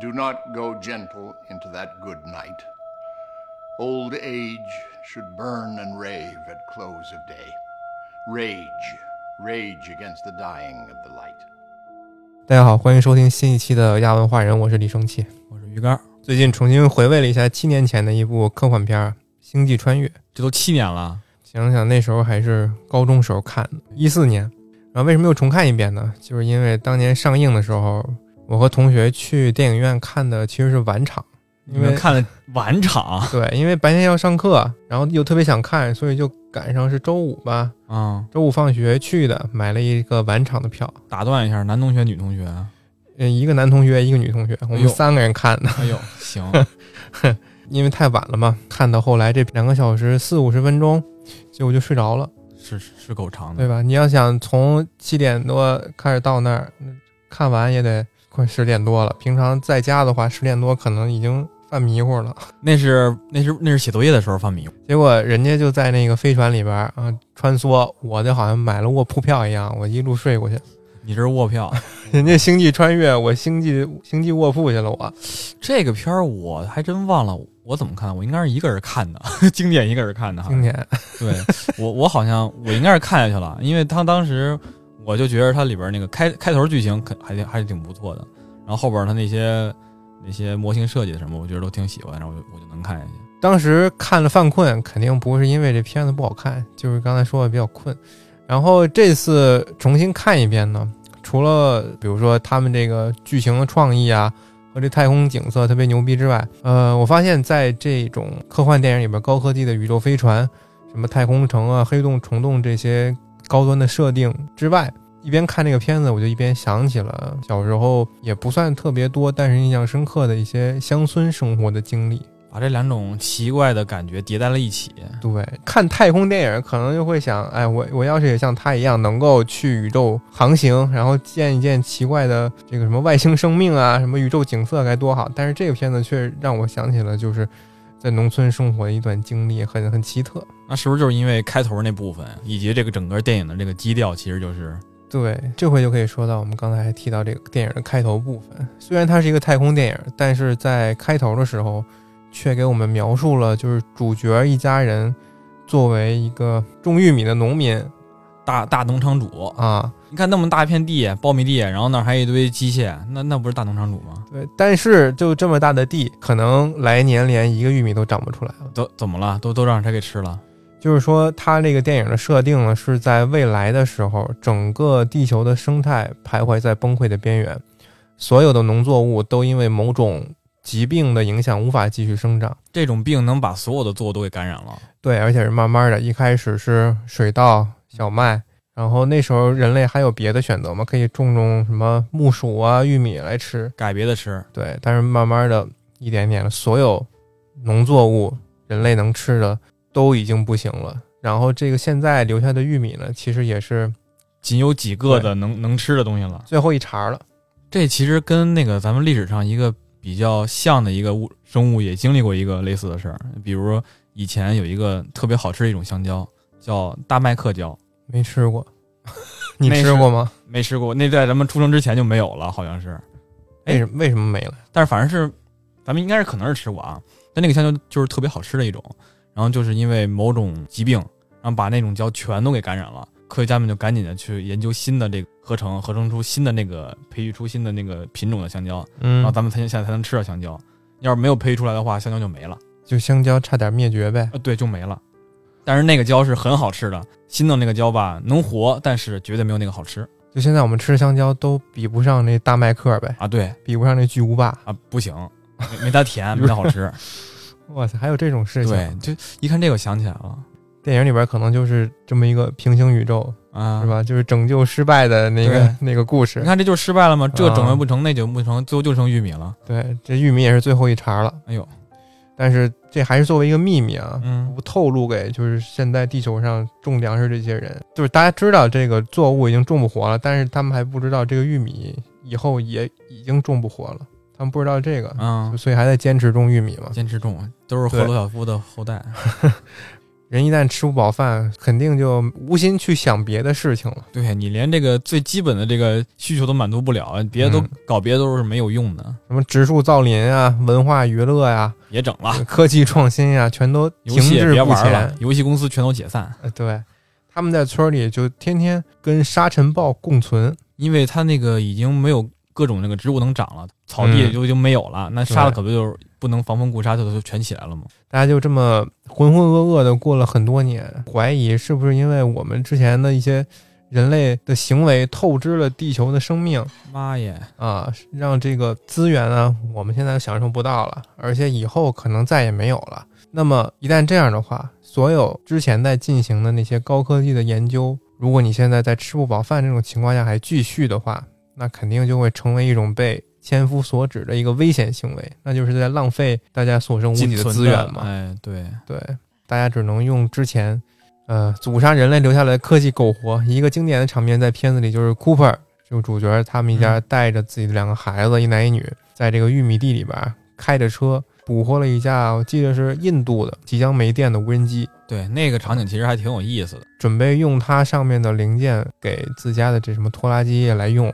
Do not go gentle into that good night. Old age should burn and rave at close of day. Rage, rage against the dying of the light. 大家好，欢迎收听新一期的亚文化人，我是李生气。我是鱼竿儿，最近重新回味了一下七年前的一部科幻片儿《星际穿越》，这都七年了，想想那时候还是高中时候看的，一四年。然后为什么又重看一遍呢？就是因为当年上映的时候，我和同学去电影院看的其实是晚场，你因为们看了晚场对，因为白天要上课，然后又特别想看，所以就赶上是周五吧， 啊、周五放学去的，买了一个晚场的票。打断一下，男同学、女同 学，嗯，一个男同学，一个女同学，我哎们呦三个人看的，哎呦， 行，因为太晚了嘛，看到后来这两个小时四五十分钟，结果就睡着了，是是够长的对，吧？你要想从七点多开始到那儿，那看完也得快十点多了。平常在家的话，十点多可能已经犯迷糊了。那是那是那是写作业的时候犯迷糊，结果人家就在那个飞船里边儿啊穿梭，我就好像买了卧铺票一样，我一路睡过去。你这是卧 票。人家星际穿越，我星际星际卧铺去了我。这个片儿我还真忘了我怎么看的，我应该是一个人看的， 经典一个人看的哈。今天对我我好像我应该是看下去了，因为他当时我就觉得它里边那个开开头剧情可还挺还是挺不错的，然后后边它那些那些模型设计什么，我觉得都挺喜欢，然后我就我就能看下去。当时看了犯困，肯定不是因为这片子不好看，就是刚才说的比较困。然后这次重新看一遍呢，除了比如说他们这个剧情的创意啊和这太空景色特别牛逼之外，呃，我发现在这种科幻电影里边，高科技的宇宙飞船、什么太空城啊、黑洞虫洞这些高端的设定之外，一边看这个片子，我就一边想起了小时候也不算特别多，但是印象深刻的一些乡村生活的经历。把这两种奇怪的感觉叠在了一起。对，看太空电影可能就会想，哎，我我要是也像他一样，能够去宇宙航行，然后见一见奇怪的这个什么外星生命啊，什么宇宙景色该多好。但是这个片子却让我想起了就是在农村生活的一段经历，很很奇特。那是不是就是因为开头那部分，以及这个整个电影的这个基调，其实就是对，这回就可以说到我们刚才还提到这个电影的开头部分。虽然它是一个太空电影，但是在开头的时候，却给我们描述了就是主角一家人作为一个种玉米的农民大大农场主？啊，你看那么大一片地，苞米地，然后那儿还有一堆机械，那那不是大农场主吗？对，但是就这么大的地，可能来年连一个玉米都长不出来了。都怎么了？都都让他给吃了？就是说，它这个电影的设定呢，是在未来的时候，整个地球的生态徘徊在崩溃的边缘，所有的农作物都因为某种疾病的影响无法继续生长。这种病能把所有的作物都给感染了？对，而且是慢慢的，一开始是水稻、小麦，然后那时候人类还有别的选择吗？可以种种什么木薯啊、玉米来吃。改别的吃，对，但是慢慢的一点点的，所有农作物人类能吃的都已经不行了。然后这个现在留下的玉米呢，其实也是仅有几个的能能吃的东西了。最后一茬了。这其实跟那个咱们历史上一个比较像的一个物生物也经历过一个类似的事儿，比如说以前有一个特别好吃的一种香蕉，叫大麦克蕉。没吃 过，你那吃是过吗？没吃过，那在咱们出生之前就没有了，好像是。哎为什么为什么没了？但是反正是，咱们应该是可能是吃过啊。但那个香蕉就是特别好吃的一种，然后就是因为某种疾病，然后把那种胶全都给感染了。科学家们就赶紧的去研究新的这个合成，合成出新的那个培育出新的那个品种的香蕉，然后嗯，咱 们才现在才能吃到香蕉。要是没有培育出来的话，香蕉就没了。就香蕉差点灭绝呗。呃，对，就没了。但是那个蕉是很好吃的，新的那个蕉吧能活，但是绝对没有那个好吃就现在我们吃香蕉都比不上那大麦克呗，啊！对比不上那巨无霸。啊，不行，没没 它甜，没它好吃。哇塞，还有这种事情？对，就一看这个想起来了电影里边可能就是这么一个平行宇宙，啊，是吧？就是拯救失败的那个对 那个故事你。看这就是失败了吗？这啊整完不成，那就不成，最后就剩玉米了。对，这玉米也是最后一茬了。哎呦，但是这还是作为一个秘密啊，嗯不透露给就是现在地球上种粮食这些人。就是大家知道这个作物已经种不活了，但是他们还不知道这个玉米以后也已经种不活了，他们不知道这个，啊，所以还在坚持种玉米嘛。坚持种，都是赫鲁晓夫的后代。人一旦吃不饱饭，肯定就无心去想别的事情了。对你连这个最基本的这个需求都满足不了，别的都、嗯搞别的都是没有用的，什么植树造林啊、文化娱乐呀、别整了，科技创新呀、全都游停戏也滞别不玩前了。，游戏公司全都解散，呃对，他们在村里就天天跟沙尘暴共存。因为它那个已经没有各种那个植物能长了，草地嗯也就就没有了，那沙子对可不就是不能防风固沙，就就全起来了吗？大家就这么浑浑噩噩的过了很多年，怀疑是不是因为我们之前的一些人类的行为透支了地球的生命妈耶，啊，让这个资源呢我们现在享受不到了，而且以后可能再也没有了。那么一旦这样的话，所有之前在进行的那些高科技的研究，如果你现在在吃不饱饭这种情况下还继续的话，那肯定就会成为一种被千夫所指的一个危险行为，那就是在浪费大家所剩无仅几的存资源嘛。哎，对，对，大家只能用之前，呃，阻杀人类留下来的科技苟活。一个经典的场面在片子里就是 Cooper 就主角他们一家带着自己的两个孩子，一男一女，在这个玉米地里边开着车捕获了一架我记得是印度的即将没电的无人机，对，那个场景其实还挺有意思的。准备用它上面的零件给自家的这什么拖拉机来用。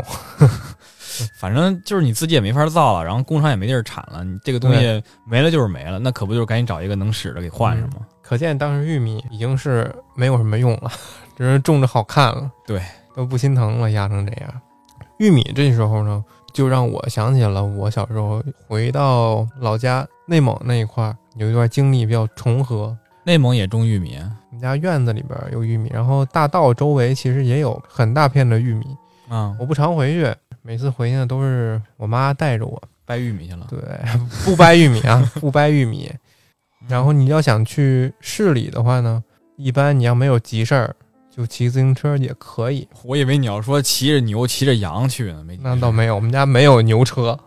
反正就是你自己也没法造了，然后工厂也没地儿产了，你这个东西没了就是没了，那可不就是赶紧找一个能使的给换上吗？可见当时玉米已经是没有什么用了，只是种着好看了，对，都不心疼了，压成这样。玉米这时候呢，就让我想起了我小时候回到老家内蒙那一块儿，有一段经历比较重合。内蒙也种玉米，我们家院子里边有玉米，然后大道周围其实也有很大片的玉米。啊，我不常回去，每次回去呢都是我妈带着我，掰玉米去了。 对，不掰玉米啊，不掰玉米。 然后你要想去市里的话呢，一般你要没有急事儿，就骑自行车也可以。我以为你要说骑着牛、骑着羊去呢，没那倒没有，我们家没有牛车，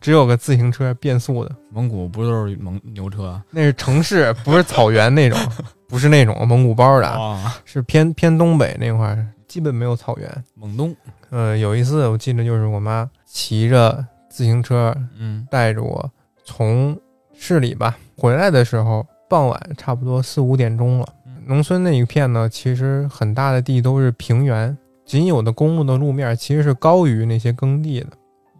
只有个自行车变速的。蒙古不都是蒙牛车那是城市，不是草原那种， 不是那种蒙古包的，啊，啊？是偏偏东北那块儿，基本没有草原。蒙东，呃，有一次我记得就是我妈骑着自行车嗯，带着我从市里吧回来的时候，傍晚差不多四五点钟了嗯。农村那一片呢，其实很大的地都是平原，仅有的公路的路面其实是高于那些耕地的，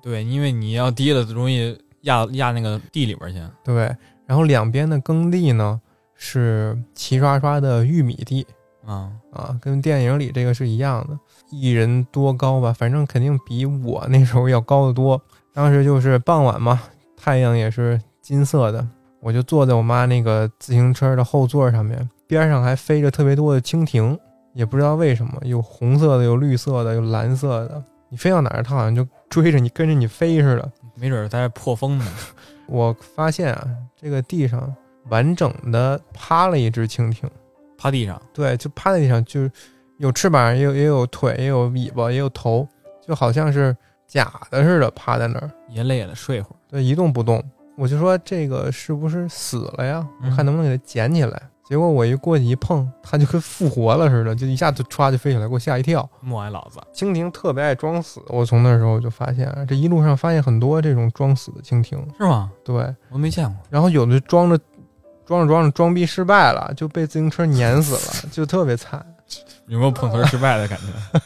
对，因为你要低了容易压压那个地里边去。对。然后两边的耕地呢是齐刷刷的玉米地啊，啊，跟电影里这个是一样的，一人多高吧，反正肯定比我那时候要高得多。当时就是傍晚嘛，太阳也是金色的，我就坐在我妈那个自行车的后座上面，边上还飞着特别多的蜻蜓，也不知道为什么，有红色的，有绿色的，有蓝色的。你飞到哪儿，它好像就追着你，跟着你飞似的。没准儿在这破风呢。 我发现啊，这个地上完整的趴了一只蜻蜓，趴地上，对，就趴在地上，就是有翅膀，也有也有腿，也有尾巴，也有头，就好像是假的似的趴在那儿。也累了，睡 会儿。对，一动不动。我就说这个是不是死了呀？我嗯看能不能给它捡起来。结果我一过去一碰，它就跟复活了似的，就一下就歘就飞起来，给我吓一跳。默哀老子，蜻蜓特别爱装死，我从那时候就发现，啊这一路上发现很多这种装死的蜻蜓。是吗？对，我没见过。然后有的装着装着装着装逼失败了，就被自行车碾死了，就特别惨。有没有碰瓷儿失败的感觉？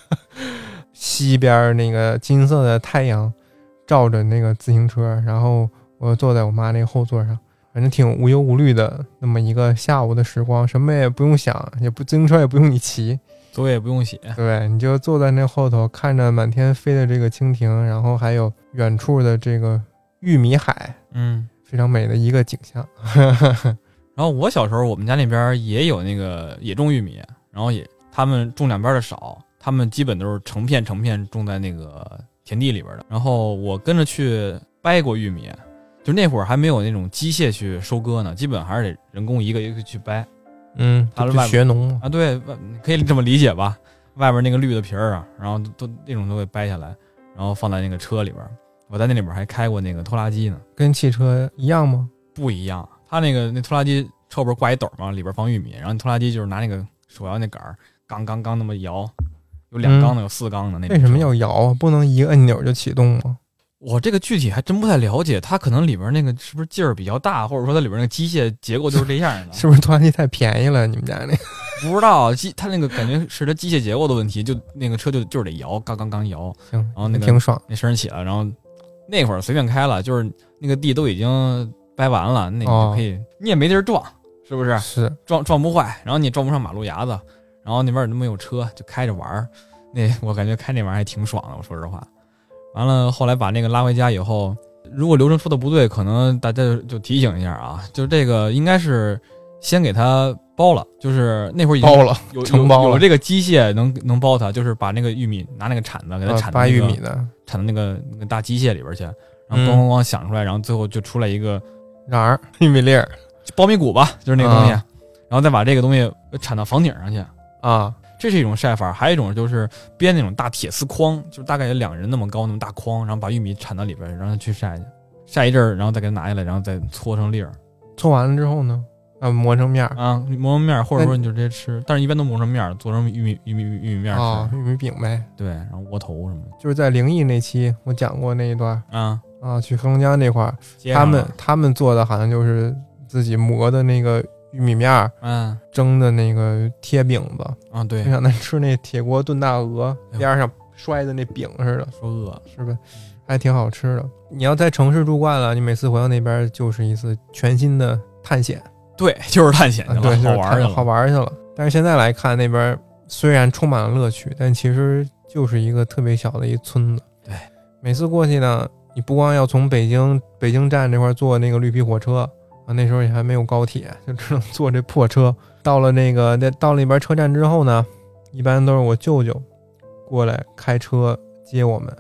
西边儿那个金色的太阳照着那个自行车，然后我坐在我妈那个后座上，反正挺无忧无虑的那么一个下午的时光，什么也不用想，也不自行车也不用你骑， 作业不用写，对，你就坐在那后头看着满天飞的这个蜻蜓，然后还有远处的这个玉米海，嗯。非常美的一个景象。然后我小时候，我们家那边也有那个也种玉米，然后也他们种两边的少，他们基本都是成片成片种在那个田地里边的。然后我跟着去掰过玉米，就那会儿还没有那种机械去收割呢，基本还是得人工一个一个去掰嗯，它就是外面学农嘛，啊。对，外可以这么理解吧？外边那个绿的皮儿啊，然后都都那种都给掰下来，然后放在那个车里边。我在那里边还开过那个拖拉机呢。跟汽车一样吗？不一样。它那个那拖拉机后边挂一斗嘛，里边放玉米，然后拖拉机就是拿那个手摇那杆儿，杠杠杠那么摇，有两嗯缸的，有四缸的那种。为什么要摇啊？不能一个按钮就启动吗？，我这个具体还真不太了解，它可能里边那个是不是劲儿比较大，或者说它里边那个机械结构就是这样的 是不是拖拉机太便宜了？你们家那个不知道机它那个感觉是它机械结构的问题，就那个车就就是得摇，刚刚刚摇，行，后那个挺爽。那声儿起来，然后那会儿随便开了，就是那个地都已经掰完了，那你哦就可以、你也没地儿撞，是不是？是，撞撞不坏，然后你也撞不上马路牙子，然后那边儿也没有车，就开着玩儿。那 我感觉开那玩意儿还挺爽的，我说实话。完了，后来把那个拉回家以后，如果流程说的不对，可能大家就就提醒一下啊，就这个应该是先给它包了，就是那会儿已经包了，有承包有了有这个机械能能包它，就是把那个玉米拿那个铲子给它呃铲、扒那玉个米的，铲到那个那个大机械里边儿去，然后嗯咣咣咣响出来，然后最后就出来一个哪儿？玉米粒儿苞米谷吧，就是那个东西，啊然后再把这个东西铲到房顶上去，啊，这是一种晒法。还有一种就是编那种大铁丝筐，就是大概有两人那么高那么大筐，然后把玉米铲到里边儿，让它去晒去，晒一阵儿，然后再给它拿下来，然后再搓成粒儿搓完了之后呢，啊，磨成面儿啊，磨成面儿，或者那说你就直接吃，但是一般都磨成面儿，做成玉米玉米玉米面儿吃，啊，玉米饼呗。对，然后窝头什么就是在灵异那期我讲过那一段儿的啊。啊，去黑龙江那块儿，接他上们了他们做的好像就是自己磨的那个玉米面儿嗯蒸的那个贴饼子，啊 对就，像咱吃那铁锅炖大鹅哎呦嗯边上摔的那饼似的，说饿了，是吧？还挺好吃的。你要在城市住惯了，你每次回到那边就是一次全新的探险，对，就是探险去啊、了，对，就是好玩儿去探好了，玩儿去了。但是现在来看，那边虽然充满了乐趣，但其实就是一个特别小的一村子。对，每次过去呢，你不光要从北京北京站这块儿坐那个绿皮火车啊，那时候也还没有高铁，就只能坐这破车。到了那个那到那边车站之后呢，一般都是我舅舅过来开车接我们，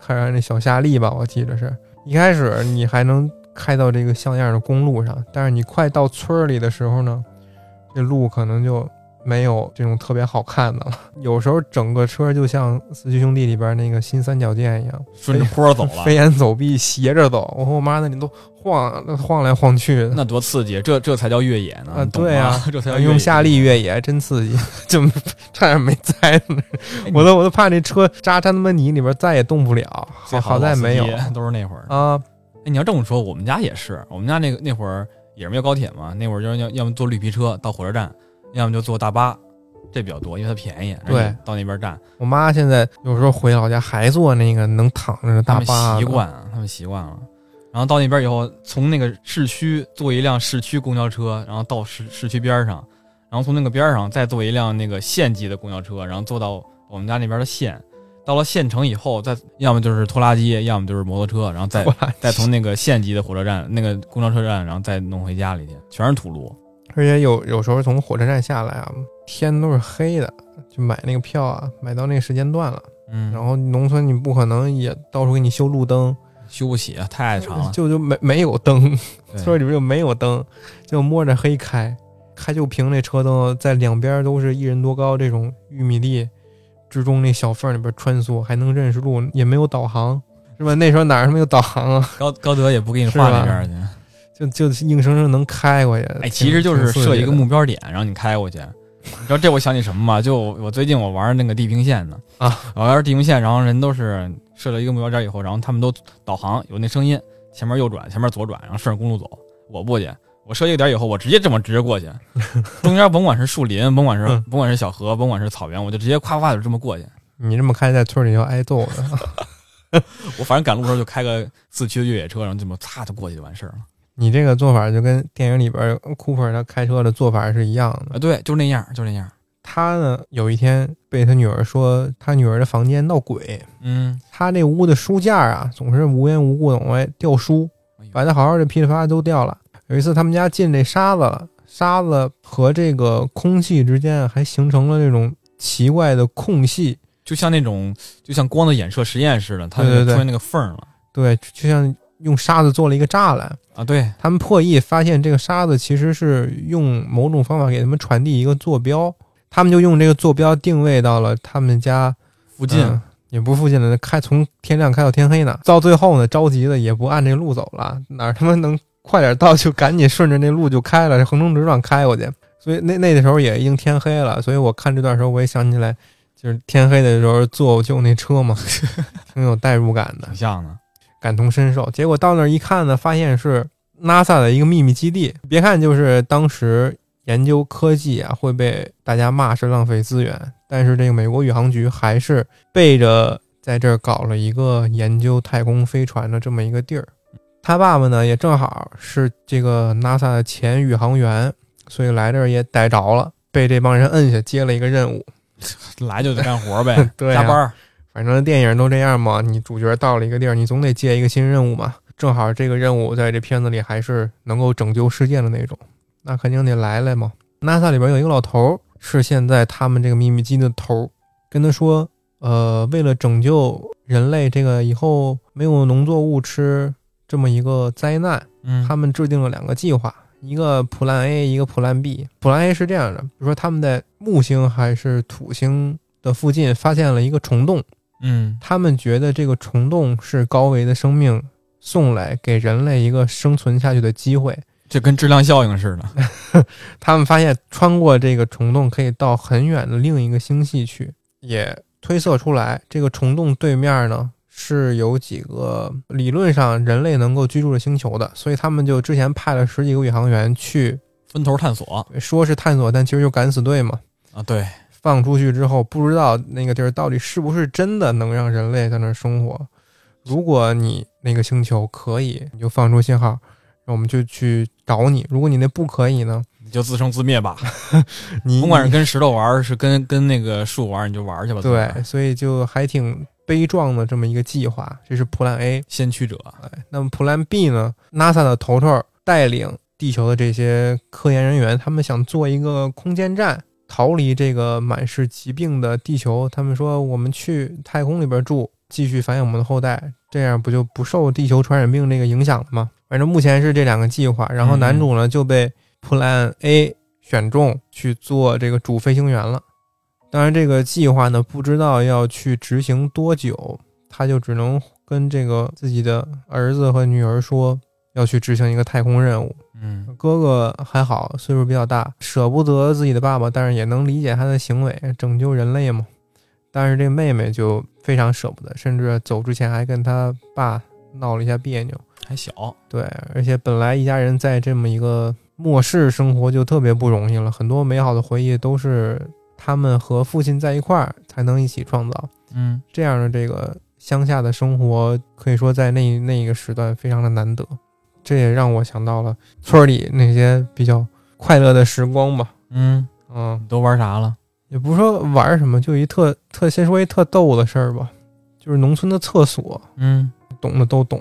开上那小夏利吧，我记得是一开始你还能开到这个像样的公路上，但是你快到村儿里的时候呢，这路可能就没有这种特别好看的了。有时候整个车就像《四驱兄弟》里边那个新三角剑一样，顺着坡儿走了飞。檐走壁，斜着走。我和我妈那里都晃晃来晃去的。那多刺激！这这才叫越野呢，啊你懂吗对啊 这才叫越野用夏利越野真刺激， 就差点没栽呢。哎我都我都怕那车扎他妈泥里边再也动不了。最好好好的在没有老司机都是那会儿。啊，哎，你要这么说，我们家也是，我们家那个那会儿也是没有高铁嘛，那会儿就是要要么坐绿皮车到火车站，要么就坐大巴，这比较多，因为它便宜。对，到那边站，我妈现在有时候回老家还坐那个能躺着的他大们巴，习。惯啊，他们习惯了。然后到那边以后，从那个市区坐一辆市区公交车，然后到市市区边上，然后从那个边上再坐一辆那个县级的公交车，然后坐到我们家那边的县。到了县城以后，再要么就是拖拉机，要么就是摩托车，然后 再我来再从那个县级的火车站、那个公交车站，然后再弄回家里去，全是土路。而且有有时候从火车站下来啊，天都是黑的，就买那个票啊，买到那个时间段了。嗯，然后农村你不可能也到处给你修路灯，修不起，太长了。就就没没有灯，对村里边就没有灯，就摸着黑开，开就凭那车灯在两边都是一人多高这种玉米地之中那小缝里边穿梭，还能认识路，也没有导航，是 吧？那时候哪儿没有导航啊？高高德也不给你是画那吧边儿去。就就硬生生能开过去。哎，挺其实就是设一个挺刺目激标点，然后你开过去。 你知道这我想起什么吗？就我我最近我玩那个地平线呢啊，我玩地平线，然后人都是设了一个目标点以后，然后他们都导航有那声音，前面右转，前面左转，然后顺着公路走。我不去，我设一个点以后，我直接这么直接过去，中间甭管是树林，甭管是嗯甭管是小河，甭管是草原，我就直接夸夸就这么过去。的。你这么开，在村里要挨揍的。我反正赶路的时候就开个四驱的越野车，然后这么擦就过去就完事儿了。你这个做法就跟电影里边 Cooper 他开车的做法是一样的。啊，对，就那样，就那样。他呢，有一天被他女儿说他女儿的房间闹鬼，嗯，他那屋的书架啊，总是无缘无故的往外掉书哎呦，摆的好好的噼里啪啦都掉了。有一次他们家进这沙子了，沙子和这个空气之间啊还形成了这种奇怪的空隙，就像那种就像光的衍射实验似的，它对对就对出现那个缝儿了对，就像用沙子做了一个栅栏。啊。对，他们破译发现这个沙子其实是用某种方法给他们传递一个坐标，他们就用这个坐标定位到了他们家附附近、也不是附近了，开从天亮开到天黑呢。到最后呢，着急的也不按这路走了，哪儿他妈能快点到就赶紧顺着那路就开了，横冲直撞开过去。所以那那个时候也已经天黑了，所以我看这段时候我也想起来， 就是天黑的时候坐我舅那车嘛，挺有代入感的挺。像的。感同身受。结果到那儿一看呢，发现是 NASA 的一个秘密基地。别看就是当时研究科技啊会被大家骂是浪费资源，但是这个美国宇航局还是背着在这儿搞了一个研究太空飞船的这么一个地儿。他爸爸呢也正好是这个 NASA 的前宇航员，所以来这儿也逮着了，被这帮人摁下接了一个任务。，来就得干活呗 对啊加班儿。反正电影都这样嘛，你主角到了一个地儿，你总得接一个新任务嘛。正好这个任务在这片子里还是能够拯救世界的那种，那肯定得来来嘛。NASA 里边有一个老头儿是现在他们这个秘密基地的头儿，跟他说，呃，为了拯救人类这个以后没有农作物吃这么一个灾难，嗯，他们制定了两个计划，一个 Plan A，一个 Plan B。Plan A 是这样的，比如说他们在木星还是土星的附近发现了一个虫洞，嗯他们觉得这个虫洞是高维的生命送来给人类一个生存下去的机会。这跟质量效应似的。他们发现穿过这个虫洞可以到很远的另一个星系去，也推测出来这个虫洞对面呢是有几个理论上人类能够居住的星球的，所以他们就之前派了十几个宇航员去，分头探索说是探索，但其实就敢死队嘛。啊，对，放出去之后，不知道那个地儿到底是不是真的能让人类在那儿生活。如果你那个星球可以，你就放出信号，然后我们就去找你；如果你那不可以呢，你就自生自灭吧。你甭管是跟石头玩儿，是跟跟那个树玩儿，你就玩儿去吧。自个对，儿，所以就还挺悲壮的这么一个计划。这是 Plan A，先驱者哎，那么 Plan B 呢？NASA 的头头带领地球的这些科研人员，他们想做一个空间站，逃离这个满是疾病的地球。他们说，我们去太空里边住，继续繁衍我们的后代，这样不就不受地球传染病这个影响了吗？反正目前是这两个计划。然后男主呢、就被 Plan A 选中去做这个主飞行员了。当然，这个计划呢，不知道要去执行多久，他就只能跟这个自己的儿子和女儿说要去执行一个太空任务。嗯，哥哥还好，岁数比较大，舍不得自己的爸爸，但是也能理解他的行为，拯救人类嘛。但是这妹妹就非常舍不得，甚至走之前还跟他爸闹了一下别扭。还小，对，而且本来一家人在这么一个末世生活就特别不容易了，很多美好的回忆都是他们和父亲在一块儿才能一起创造。嗯，这样的这个乡下的生活，可以说在那那一个时段非常的难得。这也让我想到了村儿里那些比较快乐的时光吧。嗯，嗯，你都玩啥了？也不是说玩儿什么，就一特特先说一特逗的事儿吧，就是农村的厕所，嗯，懂的都懂。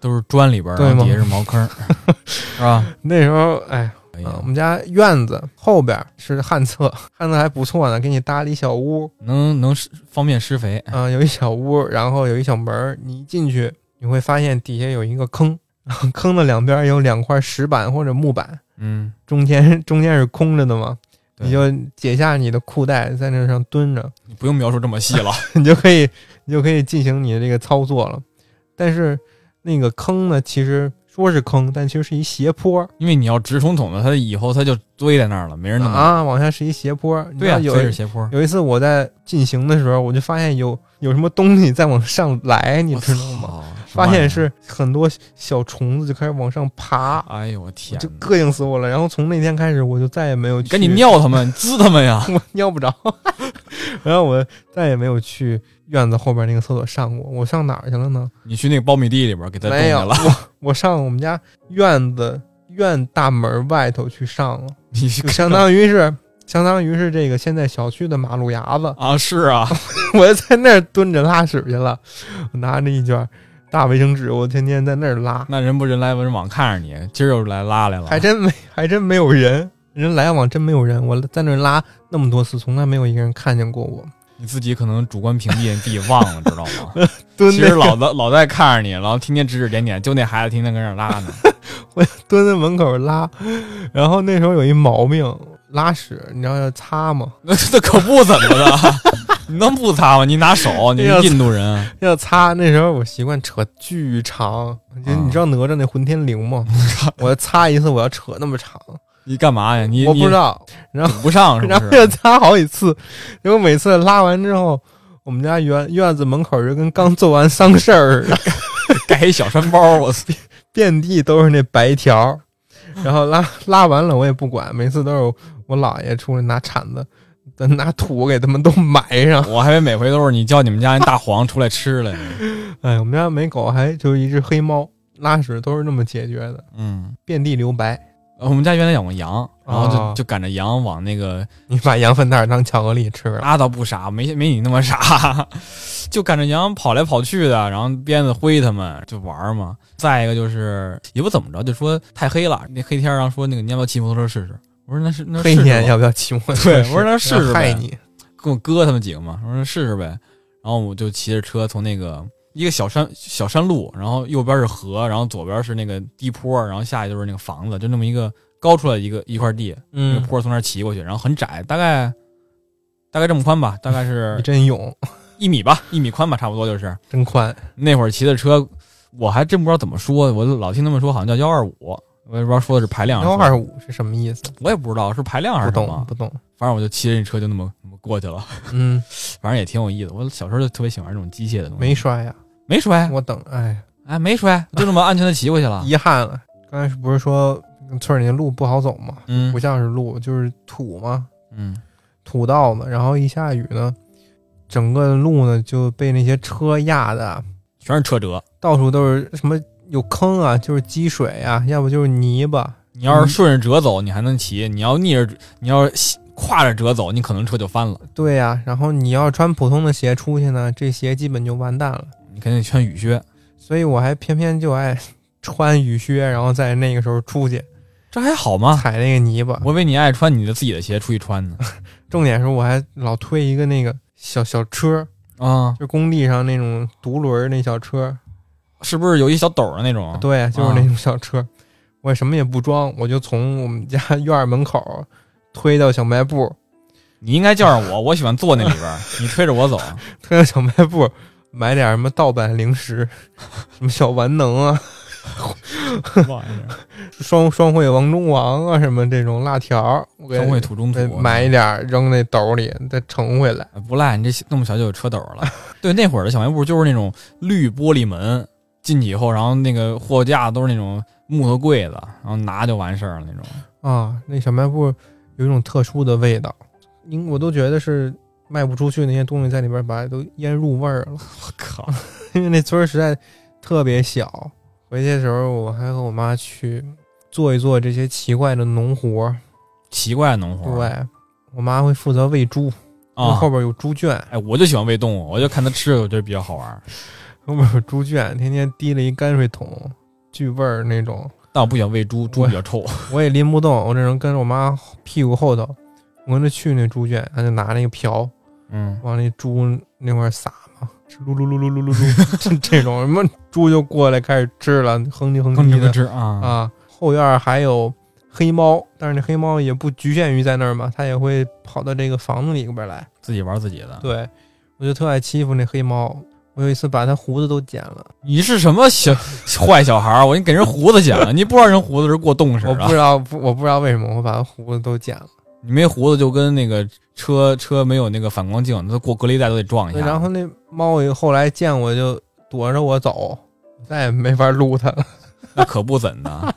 都是砖里边儿，对然后吗底下是茅坑儿， 是吧？那时候，哎，哎啊，呀我，们家院子后边是旱厕，旱厕还不错呢，给你搭了一小屋，能能施方便施肥，啊、有一小屋，然后有一小门儿，你一进去你会发现底下有一个坑，然后坑的两边有两块石板或者木板，嗯，中间中间是空着的嘛，对你就解下你的裤带，在那上蹲着， 你不用描述这么细了。你就可以你就可以进行你的这个操作了。但是那个坑呢，其实说是坑，但其实是一斜坡，因为你要直冲筒的，它以后它就堆在那儿了，没人弄。啊，往下是一斜坡，你知对呀、道啊，有追着斜坡。有一次我在进行的时候，我就发现有有什么东西在往上来，你知道吗？吗？发现是很多小虫子就开始往上爬，哎呦我天就哪！膈应死我了。然后从那天开始，我就再也没有你去，赶紧，尿他们，你滋他们呀！我尿不着。 然后我再也没有去院子后边那个厕所上过。我上哪儿去了呢？你去那个苞米地里边给它冻没去有， 了，我我上我们家院子院大门外头去 上了，你去就相当于是。相当于是这个现在小区的马路牙 子，啊是啊，我就在那儿蹲着拉屎去了，我拿着一卷大卫生纸，我天天在那儿拉，那人不人来人往看着你，今儿又来拉来了，还真没还真没有人，人来往真没有人，我在那儿拉那么多次，从来没有一个人看见过我你自己可能主观屏蔽，你自己 忘了，知道吗？蹲其那实老在老在看着你，然后天天指指点点，就那孩子天天跟那儿拉呢。蹲在门口拉，然后那时候有一毛病，拉屎你知道要擦吗？ 那那可不怎么的，啊你能不擦吗？你拿手，你哎呀是印度人，要擦，那时候我习惯扯巨长，就啊你知道哪吒那混天绫吗？我擦一次我要扯那么长，你干嘛呀？你我不知，道，你补不上是然后不要是？擦好几次，结果每次拉完之后，我们家院院子门口就跟刚做完丧事儿，盖一小山包，我操！ 遍地都是那白条儿，然后拉拉完了我也不管，每次都是我姥爷出来拿铲子，再拿土给他们都埋上。我还以为每回都是你叫你们家那大黄出来吃了呢。哎，我们家没狗，还就一只黑猫，拉屎都是那么解决的，嗯，遍地留白。呃我们家原来养过羊，然后就、哦就赶着羊往那个你把羊粪蛋儿当巧克力吃了，那倒不傻，没没你那么傻， 就赶着羊跑来跑去的，然后鞭子挥他们就玩儿嘛。再一个就是也不怎么着，就说太黑了，那黑天儿，然后说那个你要不要骑摩托车试试？我说那是那黑试试天吧要不要骑摩托车？对我说那试试害呗你。跟我哥他们几个嘛，我说试试呗。然后我就骑着车从那个一个小山小山路，然后右边是河，然后左边是那个地坡，然后下去就是那个房子，就那么一个高出来一个一块地，那个嗯，坡从那儿骑过去，然后很窄，大概大概这么宽吧，大概你是真勇，一米吧，一米宽吧，差不多就是。真宽。那会儿骑的车，我还真不知道怎么说，我老听他们说好像叫幺二五，我也不知道说的是排量，幺二，五是什么意思？我也不知道是排量还不是什懂么，不懂。反正我就骑着那车就那么那么过去了。嗯，反正也挺有意思。我小时候就特别喜欢这种机械的东西，没摔呀，没摔，我等哎，哎，没摔，就这么安全的骑过去了。遗憾了。刚才不是说村儿里那路不好走吗？嗯不像是路，就是土嘛，嗯，土道嘛。然后一下雨呢，整个路呢就被那些车压的，全是车辙。到处都是什么有坑啊，就是积水啊，要不就是泥巴。你要是顺着辙走，你还能骑；你要逆着，你要是跨着辙走，你可能车就翻了，对呀、然后你要穿普通的鞋出去呢，这鞋基本就完蛋了。你肯定穿雨靴。所以我还偏偏就爱 穿雨靴，然后在那个时候出去这还好吗？踩那个泥巴。啊我以为你爱穿你的自己的鞋出去穿 呢。重点是我还老推一个那个小小车，啊，就工地上那种独轮儿那小车，是不是有一小斗的那种？对，就是那种小车，我什么也不装，我就从我们家院儿门口推到小卖部，你应该叫上我，我喜欢坐那里边儿，你推着我走。 推到小卖部买点什么盗版零食，什么小玩能啊、双双汇王中王啊什么这种辣条儿，我给终会土中对土，买一点儿扔那兜里，再盛回来。不赖，你这那么小就有车斗了。 对，那会儿的小卖部就是那种绿玻璃门，进去以后，然后那个货架都是那种木头柜子，然后拿就完事儿了那种。啊，那小卖部有一种特殊的味道，因我都觉得是卖不出去那些东西在里边儿把都腌入味儿了，我靠， 因为那村儿实在特别小。回去的时候，我还和我妈去做一做这些奇怪的农活儿，奇怪的农活。对我妈会负责喂猪，因为啊后，边有猪圈，哎，我就喜欢喂动物，我就看它吃，我觉得比较好玩。后边有猪圈，天天提了一泔水桶，巨味儿那种，但我不喜欢喂猪，猪比较 臭。嗯我也拎不动，我只能跟着我妈屁股后头，我跟着去那猪圈，她就拿那个瓢嗯，往那猪那块儿撒嘛，吃噜噜噜噜噜噜噜，这这种什么猪就过来开始吃了，哼唧哼更唧值得的吃啊。啊。后院儿还有黑猫，但是那黑猫也不局限于在那儿嘛，它也会跑到这个房子里边儿来。自己玩自己的。对，我就特爱欺负那黑猫。我有一次把它胡子都剪了，你是什么小坏小孩儿？我你给人胡子剪了，你不知道人胡子是过冻似我不的。知道，不我不知道为什么我把它胡子都剪了。你没胡子就跟那个车车没有那个反光镜，它过隔离带都得撞一对下。然后那猫也后来见我就躲着我走，再也没法撸它了。那可不 怎的。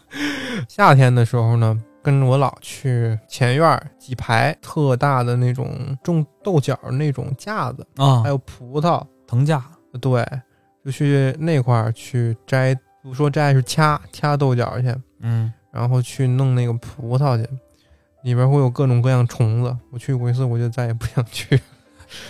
夏天的时候呢，跟着我姥去前院儿几排特大的那种种豆角儿那种架子，啊还，有葡萄，藤架对，就去那块儿去摘，不说摘是掐掐豆角去，嗯，然后去弄那个葡萄去，里边会有各种各样虫子。我去过一次，我就再也不想 去，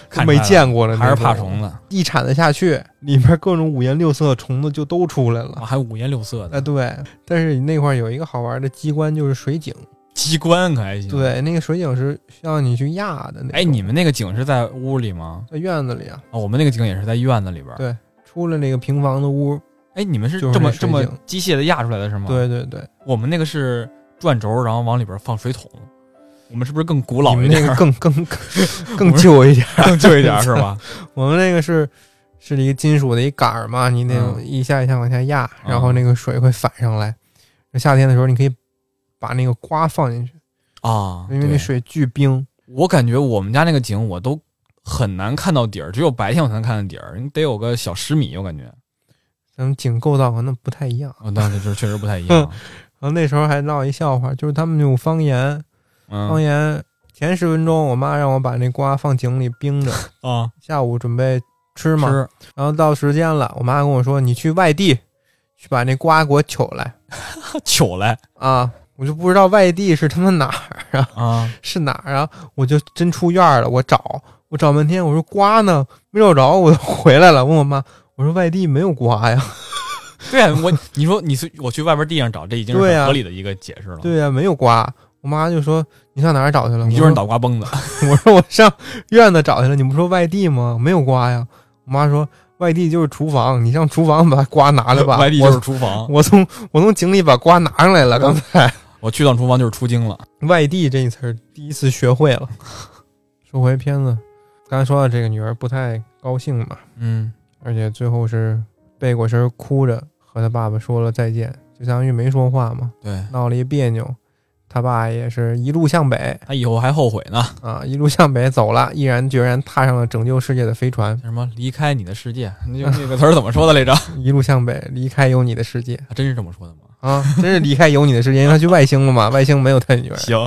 看出没来了，见过了，还是怕虫。子，一铲子下去，里边各种五颜六色的虫子就都出来了。哇，还五颜六色的啊，对，但是那块儿有一个好玩的机关，就是水井。机关，可还行。，对，那个水井是需要你去压的那种。哎，你们那个井是在屋里吗？在院子里啊，啊，我们那个井也是在院子里边儿。对出了那个平房的屋，哎，你们是就是这么那水这么井机械的压出来的是吗？，对对对，我们那个是转轴，然后往里边放水桶。我们是不是更古你老一们那点个 儿？ 更更更更旧一点。更旧一点儿是吧？我们那个是是一个金属的一杆儿嘛，你得嗯一下一下往下压，然后嗯那个水会反上来。那夏天的时候，你可以把那个瓜放进去，啊， 因为那对，水巨冰。我感觉我们家那个井我都很难看到底儿，只有白天我才能看到底儿，你得有个小十米，我感觉。咱们井构造可能不太一样。哦，当时就是确实不太 一样。然后那时候还闹一笑话，就是他们有方言，方嗯言前十分钟，我妈让我把那瓜放井里冰着，啊，下午准备吃嘛。吃然后到时间了，我妈跟我说：“你去外地，去把那瓜给我取来 糗嘞啊！”我就不知道外地是他妈哪儿啊，啊，是哪儿啊？我就真出院儿了，我找，我找半天，我说瓜呢没找着，我就回来了，问我妈，我说外地没有瓜呀？对啊，我你说你去我去外边地上找，这已经是对啊很合理的一个解释了。对呀、啊没有瓜。我妈就说：“你上哪儿找去了？”哦你就我说是脑瓜崩子， 我说我上院子找去了，你不说外地吗？没有瓜呀。我妈说外地就是厨房，你上厨房把瓜拿来吧。 外地就是我厨房，我从我从井里把瓜拿上来了。刚才我去趟厨房就是出京了。外地这一词儿第一次学会了。 说回片子，刚才说到这个女儿不太高兴嘛，嗯，而且最后是背过身哭着和他爸爸说了再见，就相当于没说话嘛，对闹了一别扭。他爸也是一路向北他以后还后悔呢，啊，一路向北走了，毅然决然踏上了拯救世界的飞船。叫什么离开你的世界，那就那个词儿怎么说的来着？ 一路向北，离开有你的世界还真是这么说的吗？啊！真是离开有你的世界，因为他去外星了嘛，外星没有探女儿行，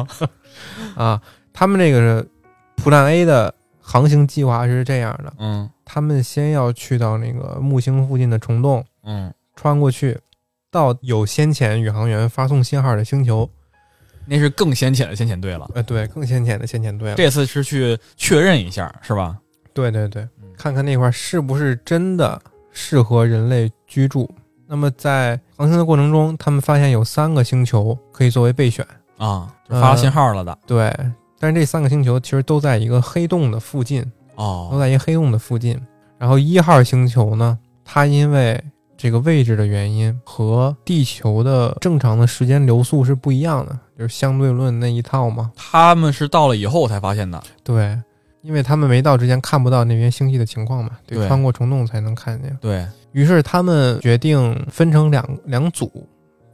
啊。他们这个是普兰 A 的航行计划是这样的：嗯他们先要去到那个木星附近的虫洞，嗯，穿过去，到有先遣宇航员发送信号的星球。那是更先遣的先遣队了。呃，对，更先遣的先遣队了。这次是去确认一下，是吧？对对对，看看那块儿是不是真的适合人类居住。那么在航行的过程中，他们发现有三个星球可以作为备选。啊，就嗯发信号了的。对，但是这三个星球其实都在一个黑洞的附近，都哦，在一个黑洞的附近。然后一号星球呢，它因为这个位置的原因和地球的正常的时间流速是不一样的，就是相对论那一套嘛。他们是到了以后才发现的。对，因为他们没到之前看不到那边星系的情况嘛，得对穿过虫洞才能看见。对，于是他们决定分成两两组，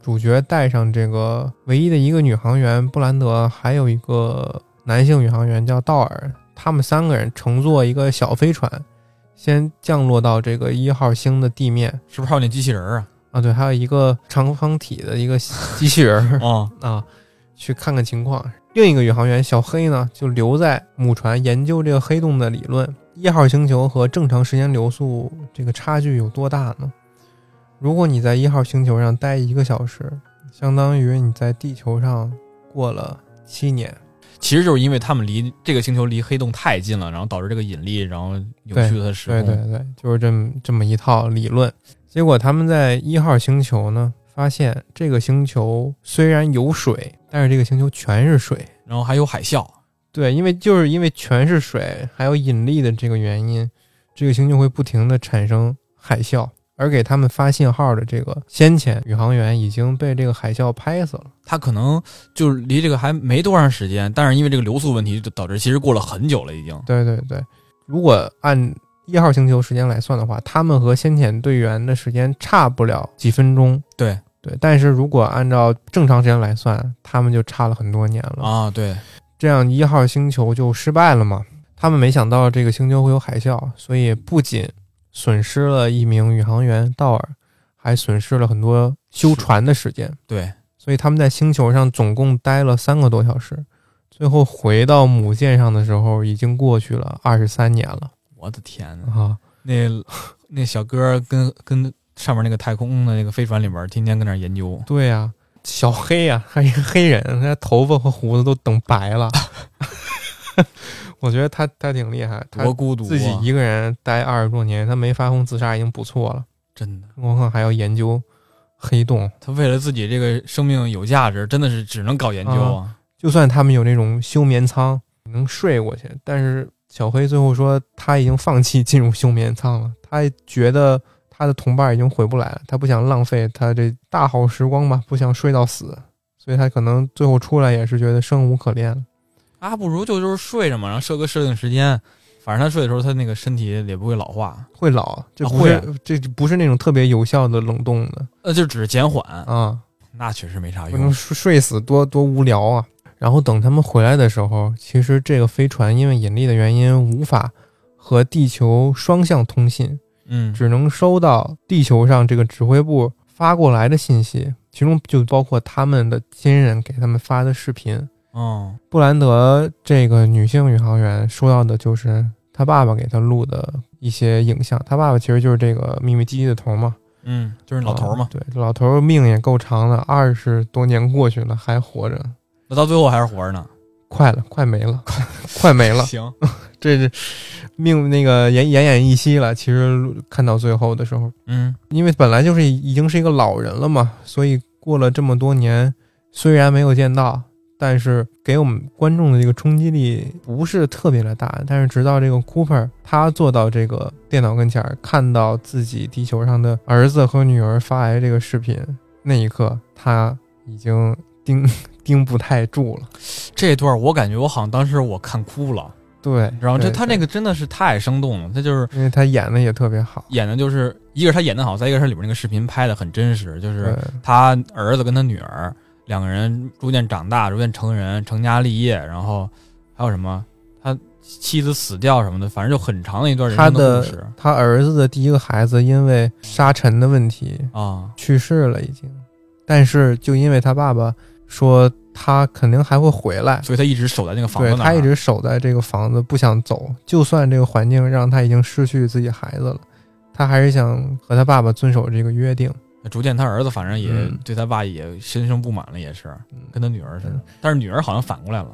主角带上这个唯一的一个女航员布兰德，还有一个男性宇航员叫道尔，他们三个人乘坐一个小飞船，先降落到这个一号星的地面是不是还有那机器人儿啊？啊，对，还有一个长方体的一个机器人儿啊，啊，去看看情况。另一个宇航员小黑呢，就留在母船研究这个黑洞的理论。一号星球和正常时间流速这个差距有多大呢？如果你在一号星球上待一个小时，相当于你在地球上过了七年。其实就是因为他们离这个星球离黑洞太近了，然后导致这个引力，然后扭曲了它的时对空。对对，就是这么这么一套理论。结果他们在一号星球呢，发现这个星球虽然有水，但是这个星球全是水，然后还有海啸。对，因为就是因为全是水，还有引力的这个原因，这个星球会不停的产生海啸，而给他们发信号的这个先遣宇航员已经被这个海啸拍死了。他可能就是离这个还没多长时间，但是因为这个流速问题，就导致其实过了很久了，已经。对对对，如果按一号星球时间来算的话，他们和先遣队员的时间差不了几分钟。对对，但是如果按照正常时间来算，他们就差了很多年了。啊，对，这样一号星球就失败了嘛。他们没想到这个星球会有海啸，所以不仅损失了一名宇航员道尔，还损失了很多修船的时间。对，所以他们在星球上总共待了三个多小时，最后回到母舰上的时候，已经过去了二十三年了我的天呐，啊！那那小哥跟跟上面那个太空的那个飞船里边，天天跟那儿研究，对呀、小黑呀、还一个 黑人，他头发和胡子都等白了。 我觉得他他挺厉害，他多孤独、啊，自己一个人待二十多年，他没发疯自杀已经不错了，真的，更何况还要研究黑洞。他为了自己这个生命有价值，真的是只能搞研究啊。就算他们有那种休眠舱能睡过去，但是小黑最后说他已经放弃进入休眠舱了，他觉得他的同伴已经回不来了，他不想浪费他这大好时光吧，不想睡到死，所以他可能最后出来也是觉得生无可恋了。啊，不如就就是睡着嘛，然后设个设定时间，反正他睡的时候，他那个身体也不会老化，会老，这啊不是、会啊这不是那种特别有效的冷冻的呃，就只是减缓，啊。那确实没啥不能用。睡睡死多多无聊啊！然后等他们回来的时候，其实这个飞船因为引力的原因无法和地球双向通信，嗯只能收到地球上这个指挥部发过来的信息，其中就包括他们的亲人给他们发的视频。哦布兰德这个女性宇航员收到的就是她爸爸给她录的一些影像，她爸爸其实就是这个秘密基地的头嘛，嗯，就是老头儿嘛啊，对，老头儿命也够长了，二十多年过去了还活着，那到最后还是活着呢。快了，快没了， 快没了，行， 这这命那个奄奄奄一息了。其实看到最后的时候，嗯因为本来就是已经是一个老人了嘛，所以过了这么多年，虽然没有见到，但是给我们观众的这个冲击力不是特别的大。但是直到这个 Cooper 他坐到这个电脑跟前儿，看到自己地球上的儿子和女儿发癌这个视频那一刻，他已经盯盯不太住了。这段我感觉我好像当时我看哭了，对，然后这对他对这个真的是太生动了，他就是因为他演的也特别好，演的就是一个是他演的好，再一个是里边那个视频拍的很真实，就是对他儿子跟他女儿两个人逐渐长大，逐渐成人，成家立业，然后还有什么他妻子死掉什么的，反正就很长的一段人他生故的事他儿子的第一个孩子因为沙尘的问题啊。去世了已经，但是就因为他爸爸说他肯定还会回来，所以他一直守在那个房子对那儿，啊他一直守在这个房子不想走，就算这个环境让他已经失去自己孩子了，他还是想和他爸爸遵守这个约定。逐渐他儿子反正也嗯对他爸也心生不满了，也是嗯跟他女儿似的嗯。但是女儿好像反过来了，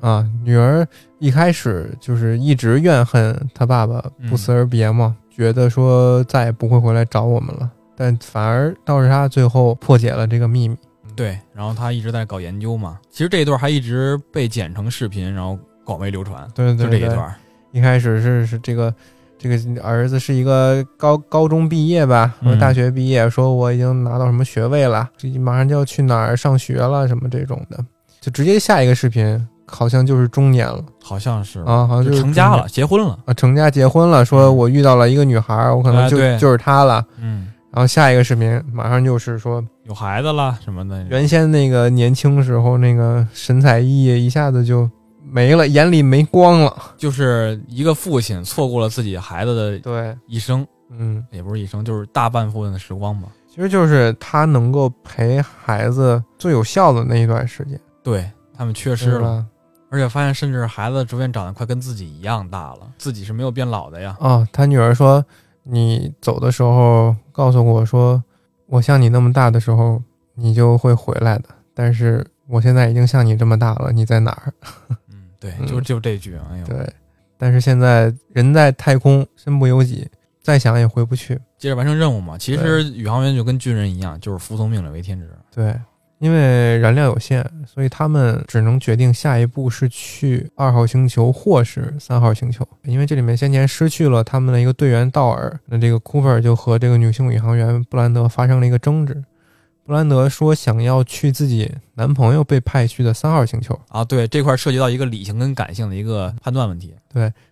啊，女儿一开始就是一直怨恨她爸爸不嗯辞而别嘛，觉得说再也不会回来找我们了。但反而倒是她最后破解了这个秘密。对，然后他一直在搞研究嘛。其实这一段还一直被剪成视频，然后广为流传，对对就对，这一段。一开始是是这个这个儿子是一个高高中毕业吧，嗯或者大学毕业，说我已经拿到什么学位了，这马上就要去哪儿上学了，什么这种的，就直接下一个视频，好像就是中年了好像是，啊，好像就就是成家中年了，结婚了。啊，成家结婚了，说我遇到了一个女孩儿，我可能嗯啊就、对就是她了。嗯，然后下一个视频马上就是说，有孩子了什么的。原先那个年轻时候那个神采奕奕一下子就没了，眼里没光了。就是一个父亲错过了自己孩子的对，一生，嗯，也不是一生，就是大半部分的时光吧。其实就是他能够陪孩子最有效的那一段时间，嗯对他们缺失是了，吧？而且发现甚至孩子逐渐长得快跟自己一样大了，自己是没有变老的呀。啊，他女儿说：“你走的时候告诉我说，我像你那么大的时候，你就会回来的。但是我现在已经像你这么大了，你在哪儿嗯，对，嗯就就这句，哎？”呦，对，但是现在人在太空，身不由己，再想也回不去。接着完成任务嘛。其实宇航员就跟军人一样，就是服从命令为天职。对，因为燃料有限，所以他们只能决定下一步是去二号星球或是三号星球。因为这里面先前失去了他们的一个队员道尔，那这个 Cooper 就和这个女性宇航员布兰德发生了一个争执。布兰德说想要去自己男朋友被派去的三号星球，啊，对，这块涉及到一个理性跟感性的一个判断问题。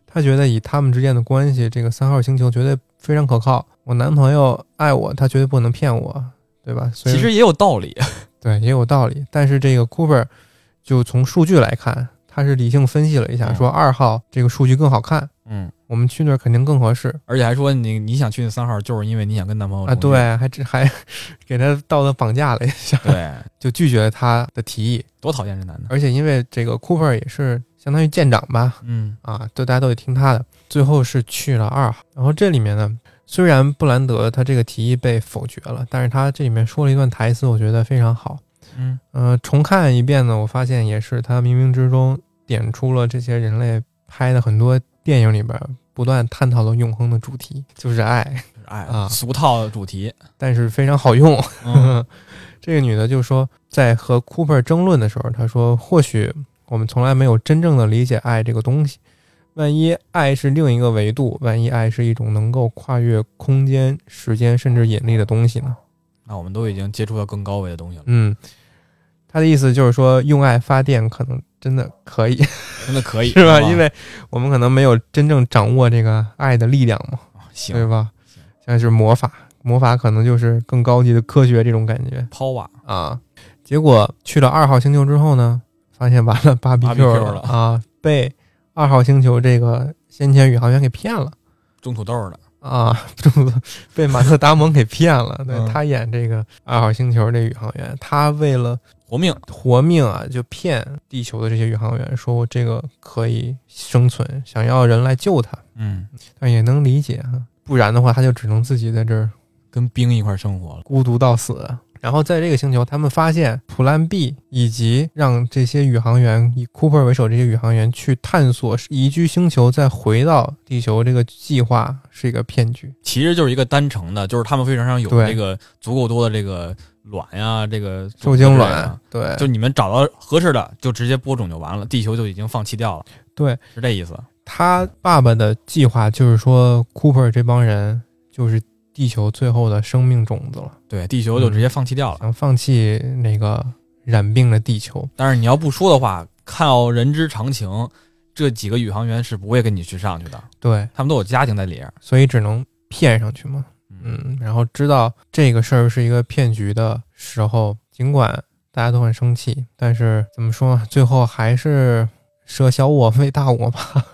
他觉得以他们之间的关系，这个三号星球绝对非常可靠。我男朋友爱我，他绝对不能骗我，对吧？所以其实也有道 理，对，也有道理。但是这个 Cooper 就从数据来看，他是理性分析了一下，嗯说二号这个数据更好看，嗯，我们去那儿肯定更合适而且还说你你想去那三号，就是因为你想跟男朋友啊。重聚对，还只还 给他道德绑架了一下，对，就拒绝了他的提议。多讨厌这男的。而且因为这个 Cooper 也是相当于舰长吧，嗯啊，就大家都得听他的。最后是去了二号，然后这里面呢，虽然布兰德他这个提议被否决了，但是他这里面说了一段台词，我觉得非常好。嗯，呃，重看一遍呢，我发现也是他冥冥之中点出了这些人类拍的很多电影里边不断探讨的永恒的主题，就是爱，哎，啊俗套主题。但是非常好用。 嗯这个女的就说，在和 Cooper 争论的时候，她说：“或许我们从来没有真正的理解爱这个东西。万一爱是另一个维度，万一爱是一种能够跨越空间、时间甚至引力的东西呢？”那我们都已经接触到更高维的东 西了，嗯，他的意思就是说，用爱发电可能真的可以。真的可以是吧？好因为我们可能没有真正掌握这个爱的力量嘛，对啊行吧？像是魔法，魔法可能就是更高级的科学这种感觉抛瓦啊。结果去了二号星球之后呢，发现完了 BBQ ，BBQ 了啊，被二号星球这个先前宇航员给骗了种土豆的，啊， 种子被马特·达蒙给骗了。对嗯他演这个二号星球这宇航员，他为了活命。活命啊，就骗地球的这些宇航员说这个可以生存，想要人来救他，嗯，但也能理解啊，不然的话他就只能自己在这儿跟冰一块儿生活了。孤独到死。然后在这个星球，他们发现普兰 B 以及让这些宇航员以 Cooper 为首这些宇航员去探索宜居星球，再回到地球这个计划是一个骗局。其实就是一个单程的，就是他们飞船上有对这个足够多的这个卵呀、这个受精之类的卵，对，就你们找到合适的就直接播种就完了，地球就已经放弃掉了，对是这意思。他爸爸的计划就是说，Cooper 这帮人就是地球最后的生命种子了，对，地球就直接放弃掉了。想放弃那个染病的地球。但是你要不说的话，靠人之常情，这几个宇航员是不会跟你去上去的，对，他们都有家庭在里边儿。所以只能骗上去嘛。嗯，然后知道这个事儿是一个骗局的时候，尽管大家都很生气，但是怎么说，最后还是舍小我为大我吧，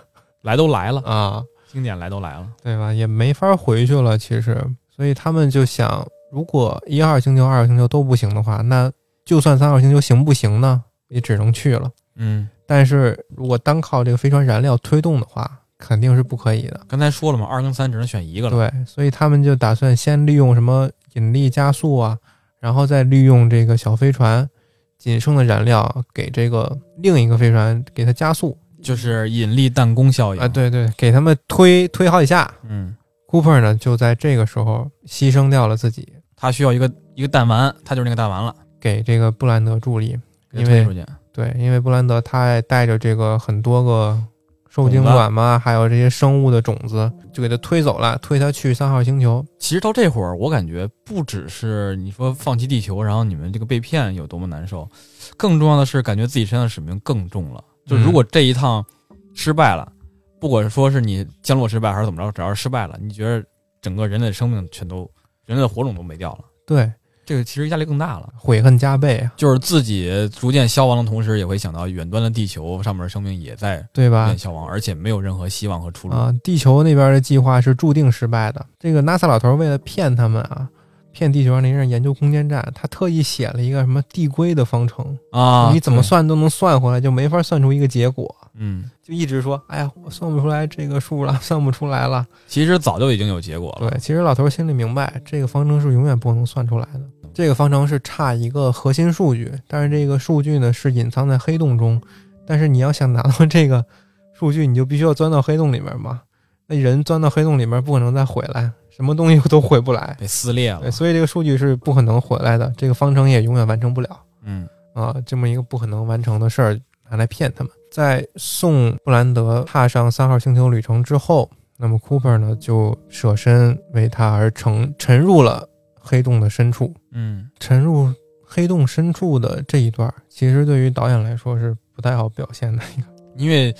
来都来了，啊，经典来都来了。对吧？也没法回去了，其实，所以他们就想，如果一号星球、二号星球都不行的话，那就算三号星球行不行呢？也只能去了。嗯，但是如果单靠这个飞船燃料推动的话，肯定是不可以的。刚才说了嘛，二跟三只能选一个了。对，所以他们就打算先利用什么引力加速啊，然后再利用这个小飞船仅剩的燃料给这个另一个飞船给它加速就是引力弹弓效应啊，，对对，给他们推推好几下。嗯， Cooper 呢就在这个时候牺牲掉了自己，他需要一个一个弹丸，他就是那个弹丸了，给这个布兰德助力。给他推因为出去。对，因为布兰德他也带着这个很多个受精种子卵嘛，还有这些生物的种子，就给他推走了，推他去三号星球。其实到这会儿，我感觉不只是你说放弃地球，然后你们这个被骗有多么难受，更重要的是感觉自己身上的使命更重了。就如果这一趟失败了，不管说是你降落失败还是怎么着，只要是失败了，你觉得整个人类的生命全都人类的火种都没掉了，对，这个其实压力更大了。悔恨加倍啊，就是自己逐渐消亡的同时，也会想到远端的地球上面的生命也在对逐吧渐？消亡，而且没有任何希望和出路。啊，地球那边的计划是注定失败的。这个 NASA 老头为了骗他们啊，骗地球上那人研究空间站，他特意写了一个什么递归的方程，啊，你怎么对？算都能算回来，就没法算出一个结果。嗯，就一直说，哎呀，我算不出来这个数了， 算不出来了。其实早就已经有结果了。对，其实老头心里明白，这个方程是永远不能算出来的。这个方程是差一个核心数据，但是这个数据呢是隐藏在黑洞中，但是你要想拿到这个数据，你就必须要钻到黑洞里面嘛。那人钻到黑洞里面不可能再回来，什么东西都回不来。被撕裂了对，，所以这个数据是不可能回来的，这个方程也永远完成不了。嗯，啊，这么一个不可能完成的事儿拿来骗他们。在送布兰德踏上三号星球旅程之后，那么 Cooper 呢就舍身为他而沉沉入了黑洞的深处。嗯，沉入黑洞深处的这一段儿，其实对于导演来说是不太好表现的一个，因 为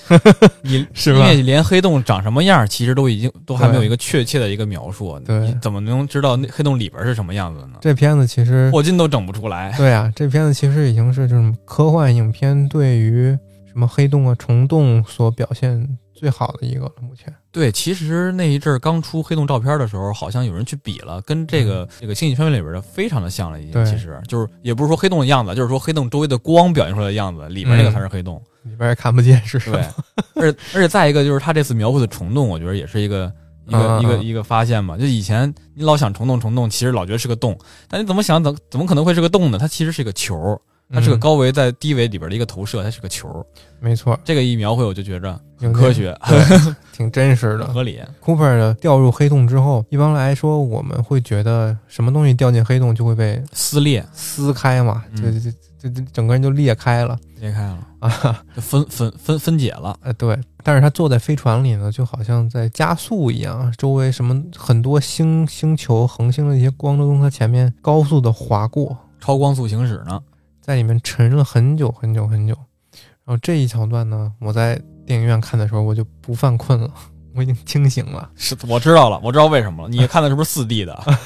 你是因为连黑洞长什么样，其实都已经都还没有一个确切的一个描述，对你怎么能知道那黑洞里边是什么样子呢？这片子其实霍金都整不出来。对啊，这片子其实已经是这种科幻影片对于什么黑洞啊、虫洞所表现最好的一个了，目前。对，其实那一阵儿刚出黑洞照片的时候，好像有人去比了，跟这个、这个星际穿越里边的非常的像了，已经。嗯对其实就是也不是说黑洞的样子，就是说黑洞周围的光表现出来的样子，里面嗯那个才是黑洞。里边也看不见是什对么，而且而且再一个就是他这次描绘的虫洞，我觉得也是一个一个、嗯嗯一个嗯一个发现吧。就以前你老想虫洞虫洞，其实老觉得是个洞，但你怎么想怎怎么可能会是个洞呢？它其实是一个球，它是个嗯高维在低维里边的一个投射，它是个球。没错，这个一描绘，我就觉着有科，学、对，挺真实的。合理。 Cooper 呢掉入黑洞之后，一般来说我们会觉得什么东西掉进黑洞就会被撕裂撕开嘛，嗯就就就就整个人就裂开了裂开 了，啊，就分分分分解了。呃对。但是他坐在飞船里呢，就好像在加速一样，周围什么很多星星球、恒星的一些光都从他前面高速的划过，超光速行驶呢。在里面沉了很久很久很久。然后这一小段呢，我在电影院看的时候我就不犯困了， 我已经清醒了。 是我知道了，我知道为什么 了。你看的是不是四 D 的？啊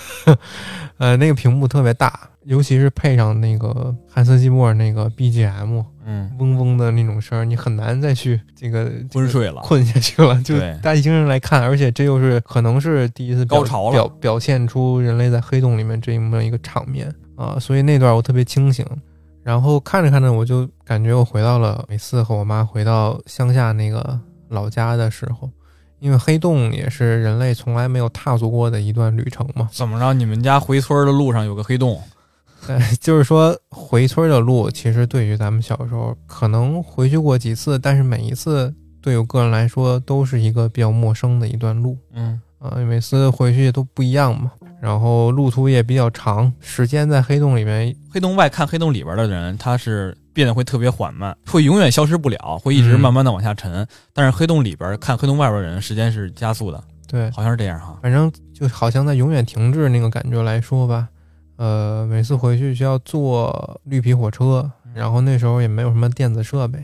呃，那个屏幕特别大，尤其是配上那个汉斯季默那个 BGM，嗯，嗡嗡的那种声儿，你很难再去这个这昏个睡了。困下去了。就对大家精神来看，而且这又是可能是第一次表高潮了表表现出人类在黑洞里面这么一个场面啊，所以那段我特别清醒。然后看着看着，我就感觉我回到了每次和我妈回到乡下那个老家的时候，因为黑洞也是人类从来没有踏足过的一段旅程嘛。怎么着？你们家回村的路上有个黑洞？呃，就是说回村儿的路，其实对于咱们小时候可能回去过几次，但是每一次对我个人来说都是一个比较陌生的一段路嗯，啊、每次回去都不一样嘛。然后路途也比较长，时间在黑洞里面，黑洞外看黑洞里边的人，他是变得会特别缓慢，会永远消失不了，会一直嗯慢慢的往下沉。但是黑洞里边看黑洞外边的人，时间是加速的，对，好像是这样哈。反正就好像在永远停滞那个感觉来说吧，呃，每次回去需要坐绿皮火车，然后那时候也没有什么电子设备，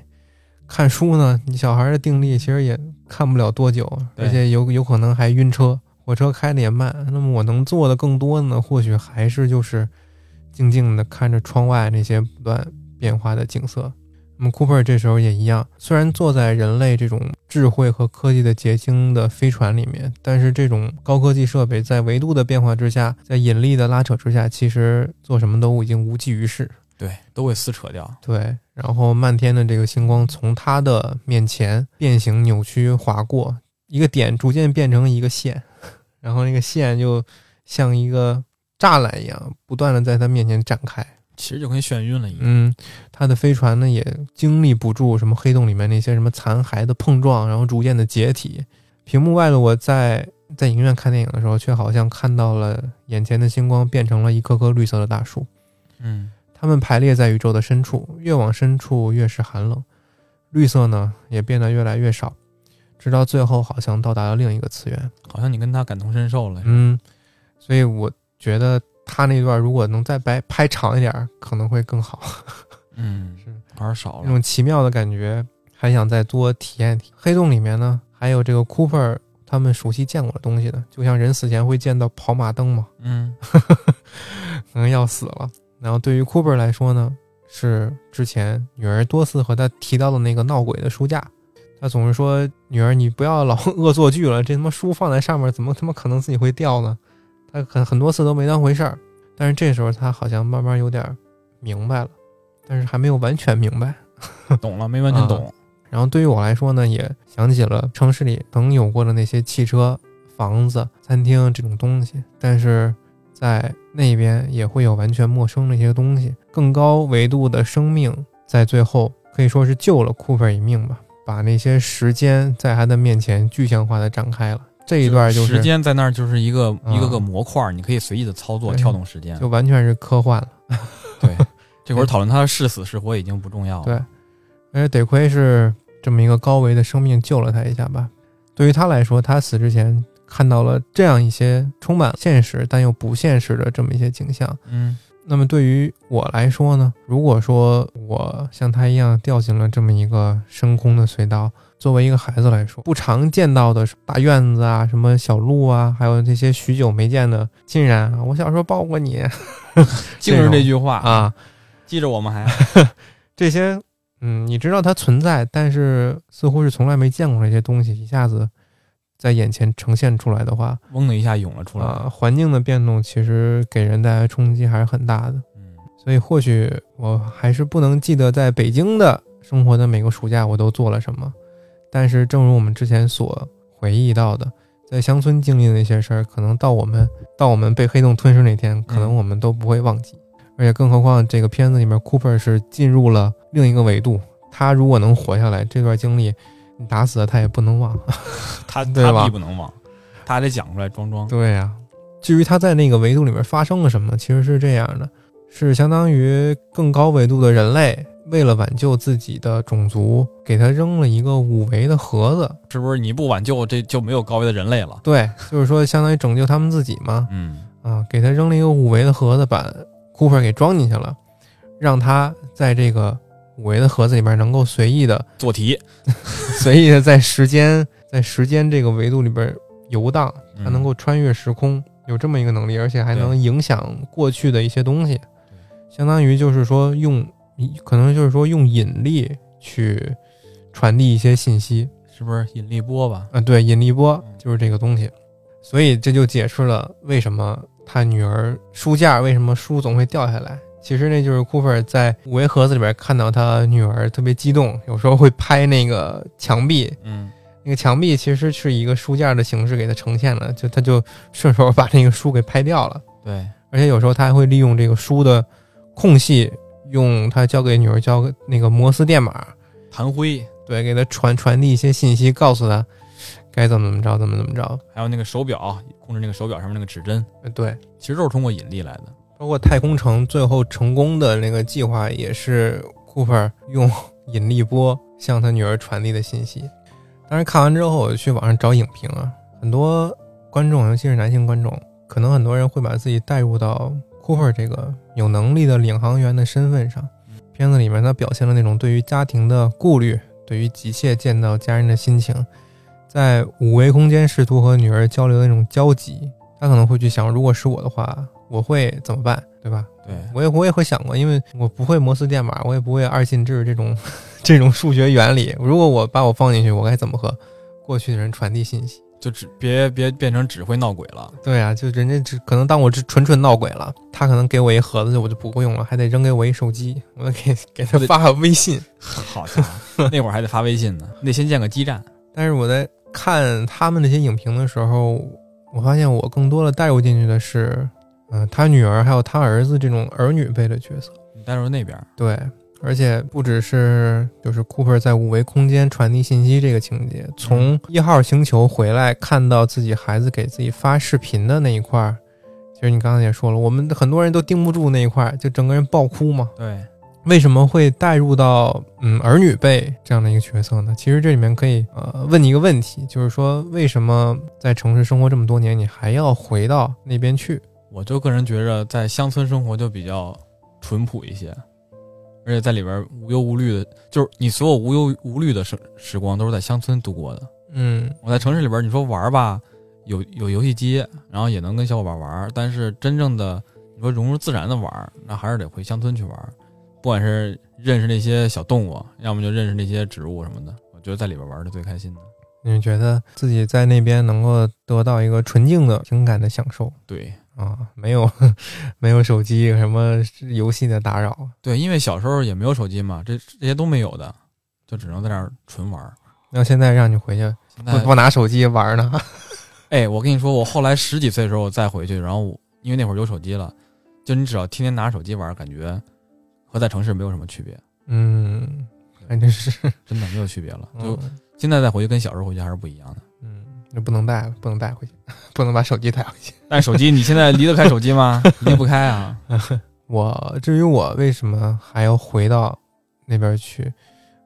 看书呢，你小孩的定力其实也看不了多久，对而且有有可能还晕车，火车开的也慢。那么我能做的更多的呢，或许还是就是静静的看着窗外那些不断变化的景色。那么 Cooper 这时候也一样，虽然坐在人类这种智慧和科技的结晶的飞船里面，但是这种高科技设备在维度的变化之下，在引力的拉扯之下，其实做什么都已经无济于事。对，都会撕扯掉。对，然后漫天的这个星光从他的面前变形扭曲划过，一个点逐渐变成一个线， 然后那个线就像一个栅栏一样，不断的在他面前展开。其实就跟眩晕了一样。嗯，他的飞船呢也经历不住什么黑洞里面那些什么残骸的碰撞，然后逐渐的解体。屏幕外的我在在影院看电影的时候，却好像看到了眼前的星光变成了一棵棵绿色的大树。嗯，它们排列在宇宙的深处，越往深处越是寒冷，绿色呢也变得越来越少，直到最后好像到达了另一个次元。好像你跟他感同身受了。嗯，所以我觉得他那段如果能再拍拍长一点儿，可能会更好。嗯，是玩少那了。种奇妙的感觉，还想再多体验体验。黑洞里面呢，还有这个 Cooper 他们熟悉见过的东西的，就像人死前会见到跑马灯嘛，嗯，可嗯能要死了。然后对于 Cooper 来说呢，是之前女儿多次和他提到的那个闹鬼的书架。他总是说：“女儿，你不要老 恶作剧了，这他妈书放在上面，怎么他妈可能自己会掉呢？”他很很多次都没当回事儿，但是这时候他好像慢慢有点儿明白了，但是还没有完全明白。懂了，没完全懂。然后对于我来说呢，也想起了城市里曾有过的那些汽车、房子、餐厅这种东西，但是在那边也会有完全陌生的一些东西。更高维度的生命在最后可以说是救了库珀一命吧，把那些时间在他的面前具象化的展开了。这一段就时是间在那儿，就是一个、嗯一个个模块儿，你可以随意的操作对跳动时间。就完全是科幻了。 对，这会儿讨论他的是死是活已经不重要了。对，而且得亏是这么一个高维的生命救了他一下吧。对于他来说，他死之前看到了这样一些充满现实但又不现实的这么一些景象。嗯，那么对于我来说呢，如果说我像他一样掉进了这么一个深空的隧道，作为一个孩子来说，不常见到的大院子啊、什么小路啊，还有那些许久没见的亲人啊，我小时候抱过你竟是这句话，啊，记着我们还这些，嗯，你知道它存在，但是似乎是从来没见过这些东西，一下子在眼前呈现出来的话，嗡的一下涌了出来。啊、环境的变动其实给人带来冲击还是很大的。嗯，所以或许我还是不能记得在北京的生活的每个暑假我都做了什么，但是正如我们之前所回忆到的，在乡村经历的那些事儿，可能到我们到我们被黑洞吞噬那天，可能我们都不会忘记。而且更何况这个片子里面，Cooper 是进入了另一个维度，他如果能活下来，这段经历你打死了他也不能忘。他对吧他必不能忘，他还得讲出来装装。对呀、至于他在那个维度里面发生了什么，其实是这样的：是相当于更高维度的人类为了挽救自己的种族，给他扔了一个五维的盒子。是不是你不挽救，这就没有高维的人类了？对，就是说相当于拯救他们自己嘛。嗯，啊，给他扔了一个五维的盒子，把 Cooper 给装进去了，让他在这个五维的盒子里面能够随意的、做题。随意的在时间在时间这个维度里边游荡，嗯它能够穿越时空，有这么一个能力，而且还能影响过去的一些东西，相当于就是说用，可能就是说用引力去传递一些信息，是不是引力波吧？啊，对，引力波嗯就是这个东西，所以这就解释了为什么他女儿书架为什么书总会掉下来。其实那就是库珀在五维盒子里边看到他女儿特别激动，有时候会拍那个墙壁，嗯，那个墙壁其实是一个书架的形式给他呈现了，就他就顺手把那个书给拍掉了，对，而且有时候他还会利用这个书的空隙，用他交给女儿交给那个摩斯电码，弹灰，对，给他传传递一些信息，告诉他该怎么怎么着，怎么怎么着。还有那个手表控制那个手表上面那个指针，呃对，其实都是通过引力来的。包括太空城最后成功的那个计划，也是 Cooper 用引力波向他女儿传递的信息。当然，看完之后我去网上找影评啊，很多观众，尤其是男性观众，可能很多人会把自己带入到 Cooper 这个有能力的领航员的身份上。片子里面他表现了那种对于家庭的顾虑，对于急切见到家人的心情，在五维空间试图和女儿交流的那种焦急。他可能会去想，如果是我的话，我会怎么办，对吧？对，我也我也会想过，因为我不会摩斯电码，我也不会二进制这种 这种数学原理。如果我把我放进去，我该怎么和过去的人传递信息？就只别别变成只会闹鬼了。对啊，就人家只可能当我是纯纯闹鬼了，他可能给我一盒子，我就不会用了，还得扔给我一手机，我得给给他发个微信。好家伙，那会儿还得发微信呢，得先建个基站。但是我在看他们那些影评的时候，我发现我更多的带入进去的是，嗯、他女儿还有他儿子这种儿女辈的角色。你带入那边儿，对，而且不只是就是 Cooper 在五维空间传递信息这个情节，从一号星球回来看到自己孩子给自己发视频的那一块儿，其实你刚才也说了，我们很多人都盯不住那一块儿，就整个人爆哭嘛。对，为什么会带入到嗯儿女辈这样的一个角色呢？其实这里面可以呃问你一个问题，就是说为什么在城市生活这么多年，你还要回到那边去？我就个人觉着在乡村生活就比较淳朴一些，而且在里边儿无忧无虑的，就是你所有无忧无虑的时时光都是在乡村度过的。嗯，我在城市里边儿，你说玩儿吧，有有游戏机，然后也能跟小伙伴玩儿，但是真正的你说融入自然的玩儿，那还是得回乡村去玩儿。不管是认识那些小动物，要么就认识那些植物什么的，我觉得在里边玩是最开心的。你觉得自己在那边能够得到一个纯净的情感的享受对啊，没有没有手机什么游戏的打扰。对，因为小时候也没有手机嘛，这这些都没有的，就只能在那儿纯玩儿。那现在让你回去，现不在不拿手机玩呢？ 哎，我跟你说，我后来十几岁的时候我再回去，然后我因为那会儿有手机了，就你只要天天拿手机玩，感觉和在城市没有什么区别，嗯，还真是，真的没有区别了。就嗯现在再回去跟小时候回去还是不一样的。嗯，那不能带了，不能带回去， 不能把手机带回去。 但是手机，你现在离得开手机吗？ 离不开啊。我至于我为什么还要回到那边去，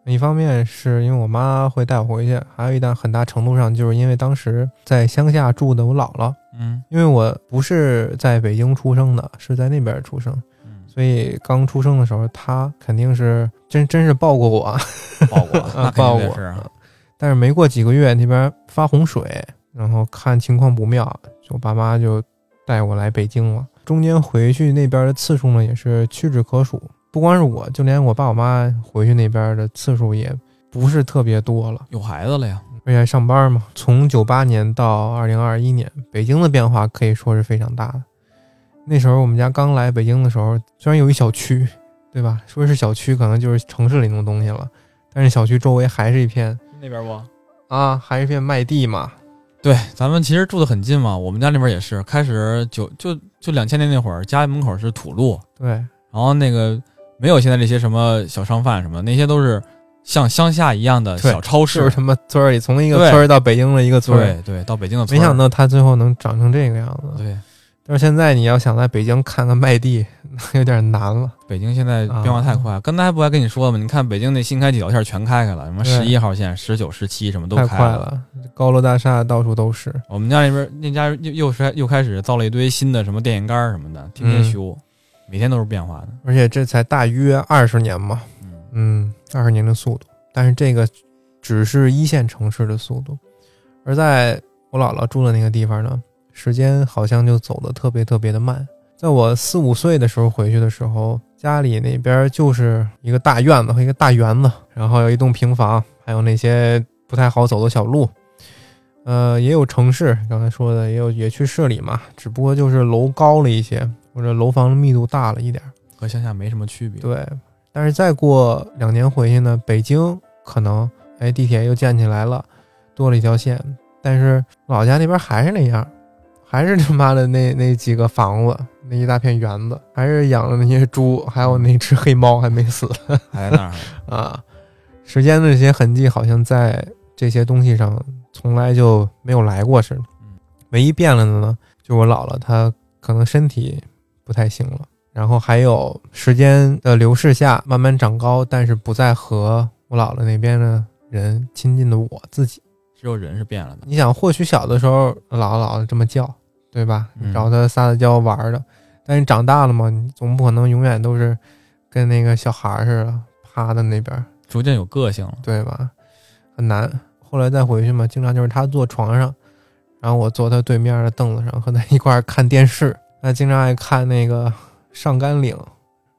一方面是因为我妈会带我回去，还有一大很大程度上就是因为当时在乡下住的我姥姥，嗯因为我不是在北京出生的，是在那边出生，嗯，所以刚出生的时候，她肯定是真真是抱过我，嗯抱过，那啊肯抱定我啊得是。但是没过几个月，那边发洪水，然后看情况不妙，我爸妈就带我来北京了。中间回去那边的次数呢，也是屈指可数。不光是我，就连我爸我妈回去那边的次数也不是特别多了。有孩子了呀。而且还上班嘛，从九八年到二零二一年，北京的变化可以说是非常大的。那时候我们家刚来北京的时候，虽然有一小区，对吧？说是小区，可能就是城市里那种东西了，但是小区周围还是一片那边不？啊，还是片麦地嘛。对，咱们其实住的很近嘛。我们家那边也是，开始九就就两千年那会儿，家门口是土路，对，然后那个没有现在这些什么小商贩什么的，那些都是像乡下一样的对小超就是市。他妈村儿里从一个对村儿到北京的一个村儿，对对，到北京的没村儿，想到它最后能长成这个样子。对但是现在你要想在北京看看麦地， 那有点难了。北京现啊在变化太快。刚才不还跟你说了吗？你看北京那新开几条线儿全开开了，什么对十一号线、十九、十七什么都太开快。了，高楼大厦到处都是。我们家那边那家又又是又开始造了一堆新的什么电线杆儿什么的，天天嗯修，每天都是变化的。而且这才大约二十年嘛，嗯，嗯，二十年的速度，但是这个只是一线城市的速度。而在我姥姥住的那个地方呢，时间好像就走得特别特别的慢。在我四五岁的时候回去的时候，家里那边就是一个大院子和一个大园子，然后有一栋平房，还有那些不太好走的小路。呃，也有城市，刚才说的也有也去市里嘛，只不过就是楼高了一些，或者楼房密度大了一点儿。和乡下没什么区别。对，但是再过两年回去呢，北京可能哎地铁又建起来了，多了一条线，但是老家那边还是那样，还是他妈的那那几个房子，那一大片园子，还是养了那些猪，还有那只黑猫还没死还在那儿，啊。时间的这些痕迹好像在这些东西上从来就没有来过似的嗯。唯一变了的呢，就我姥姥她可能身体不太行了，然后还有时间的流逝下慢慢长高，但是不再和我姥姥那边的人亲近的我自己。只有人是变了的。你想，或许小的时候姥姥姥姥这么叫，对吧？嗯找他撒撒娇玩儿的，但是长大了嘛，你总不可能永远都是跟那个小孩儿似的趴在那边儿。逐渐有个性了。对吧？很难。后来再回去嘛，经常就是他坐床上，然后我坐他对面的凳子上，和他一块儿看电视。他经常爱看那个《上甘岭》，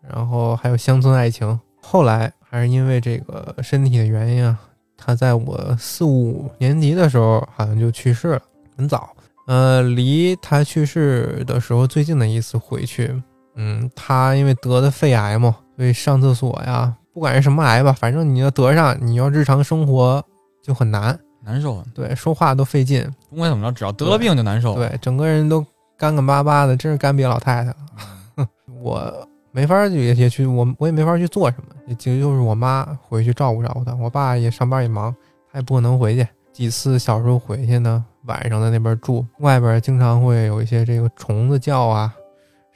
然后还有《乡村爱情》。后来还是因为这个身体的原因啊，他在我四五年级的时候好像就去世了，很早。呃，离他去世的时候最近的一次回去，嗯，他因为得的肺癌嘛，所以上厕所呀，不管是什么癌吧，反正你要得上，你要日常生活就很难，难受啊，对，说话都费劲，不管怎么着，只要得了病就难受。，对，整个人都干干巴巴的，真是干瘪老太太了。 我没法儿去，也也去，我我也没法儿去做什么，也就就是我妈回去照顾照顾她，我爸也上班也忙，他也不可能回去。几次小时候回去呢，晚上在那边住，外边经常会有一些这个虫子叫啊，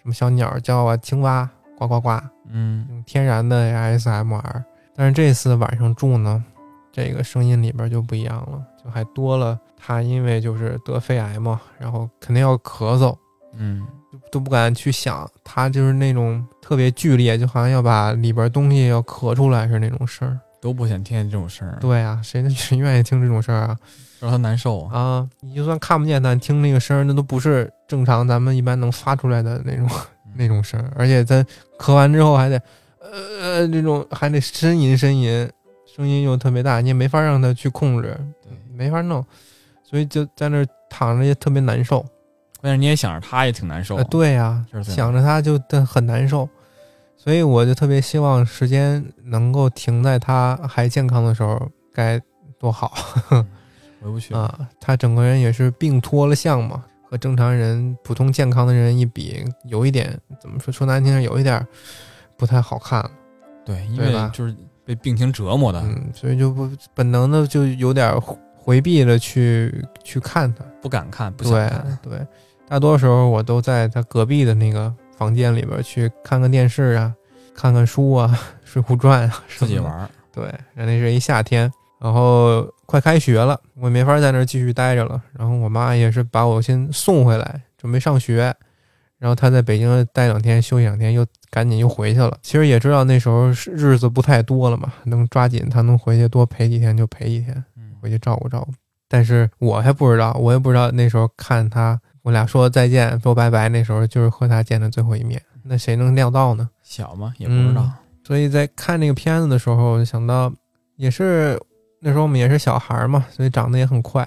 什么小鸟叫啊，青蛙呱呱呱，嗯，用天然的 ASMR。但是这次晚上住呢，这个声音里边就不一样了，就还多了他因为就是得肺癌嘛，然后肯定要咳嗽，嗯，都不敢去想，他就是那种特别剧烈，就好像要把里边东西要咳出来是那种声儿。都不想听见这种声儿，对啊，谁谁愿意听这种事儿啊？让他难受啊。啊，你就算看不见，但听那个声儿，那都不是正常咱们一般能发出来的那种嗯那种声儿，而且他咳完之后还得，呃，这种还得呻吟呻吟，声音又特别大，你也没法让他去控制，对，没法弄，所以就在那儿躺着也特别难受。关键是你也想着他也挺难受啊，。对呀、就是这样想着他就但很难受，所以我就特别希望时间能够停在他还健康的时候该多好。回不去。啊，他整个人也是病脱了相嘛，和正常人、普通健康的人一比，有一点怎么说，说难听点，有一点儿不太好看了。对，因对吧为就是被病情折磨的，嗯，所以就不本能的就有点儿回避了去去看他。不敢看，不想对看。对，大多时候我都在他隔壁的那个房间里边儿去看看电视啊，看看书啊，《水浒传》啊，什自么己的玩儿，对，然后那是一夏天，然后快开学了，我也没法在那儿继续待着了。然后我妈也是把我先送回来，准备上学，然后她在北京待两天，休息两天，又赶紧又回去了。其实也知道那时候是日子不太多了嘛，能抓紧她能回去多陪几天就陪几天，嗯回去照顾照顾。但是我还不知道，我也不知道那时候看她，我俩说再见，说拜拜，那时候就是和她见的最后一面。那谁能料到呢？小嘛也不知道嗯。所以在看那个片子的时候，我就想到，也是那时候我们也是小孩儿嘛，所以长得也很快，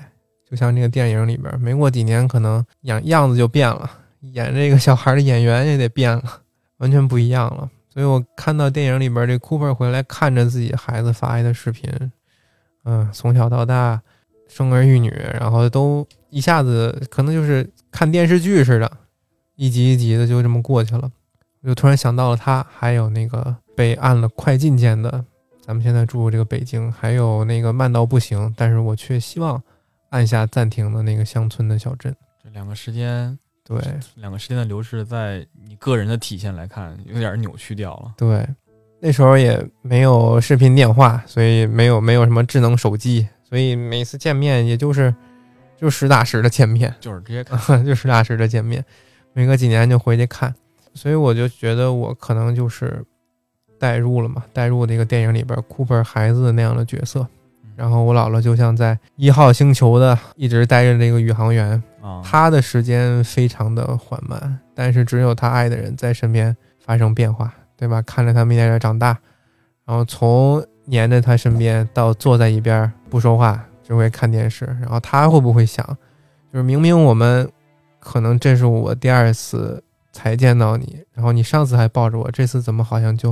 就像这个电影里边儿，没过几年可能样样子就变了，演这个小孩儿的演员也得变了， 完全不一样了。所以我看到电影里边儿这 Cooper 回来看着自己孩子发癌的视频，嗯，从小到大生儿育女，然后都一下子可能就是看电视剧似的，一集一集的就这么过去了。我就突然想到了他，还有那个被按了快进键的，咱们现在住这个北京，还有那个慢到不行，但是我却希望按下暂停的那个乡村的小镇。这两个时间，对两个时间的流逝，在你个人的体现来看，有点扭曲掉了。对，那时候也没有视频电话，所以没有没有什么智能手机，所以每次见面也就是就实打实的见面。就是直接 看，就实打实的见面，每隔几年就回去看，所以我就觉得我可能就是代入了嘛，代入那个电影里边 Cooper 孩子那样的角色，嗯然后我姥姥就像在一号星球的一直待着的一个宇航员，啊，他的时间非常的缓慢，但是只有他爱的人在身边发生变化，对吧？看着他们一点点长大，然后从黏在他身边到坐在一边不说话，只会看电视，然后他会不会想，就是明明我们可能这是我第二次才见到你，然后你上次还抱着我，这次怎么好像就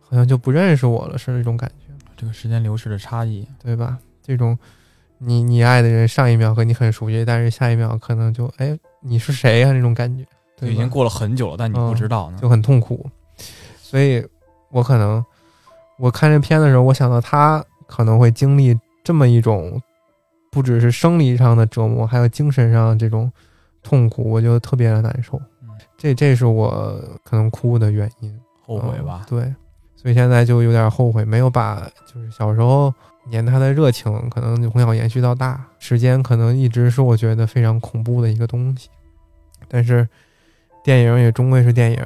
好像就不认识我了，是那种感觉。这个时间流逝的差异，对吧？这种你你爱的人上一秒和你很熟悉，但是下一秒可能就哎你是谁呀、那种感觉，就对吧嗯已经过了很久了，但你不知道呢。就很痛苦。所以我可能我看这片的时候，我想到他可能会经历这么一种，不只是生理上的折磨，还有精神上的这种痛苦，我就特别的难受嗯。这这是我可能哭的原因。后悔吧嗯，对，所以现在就有点后悔，没有把就是小时候年他的热情，可能就从小延续到大。时间可能一直是我觉得非常恐怖的一个东西，但是电影也终归是电影，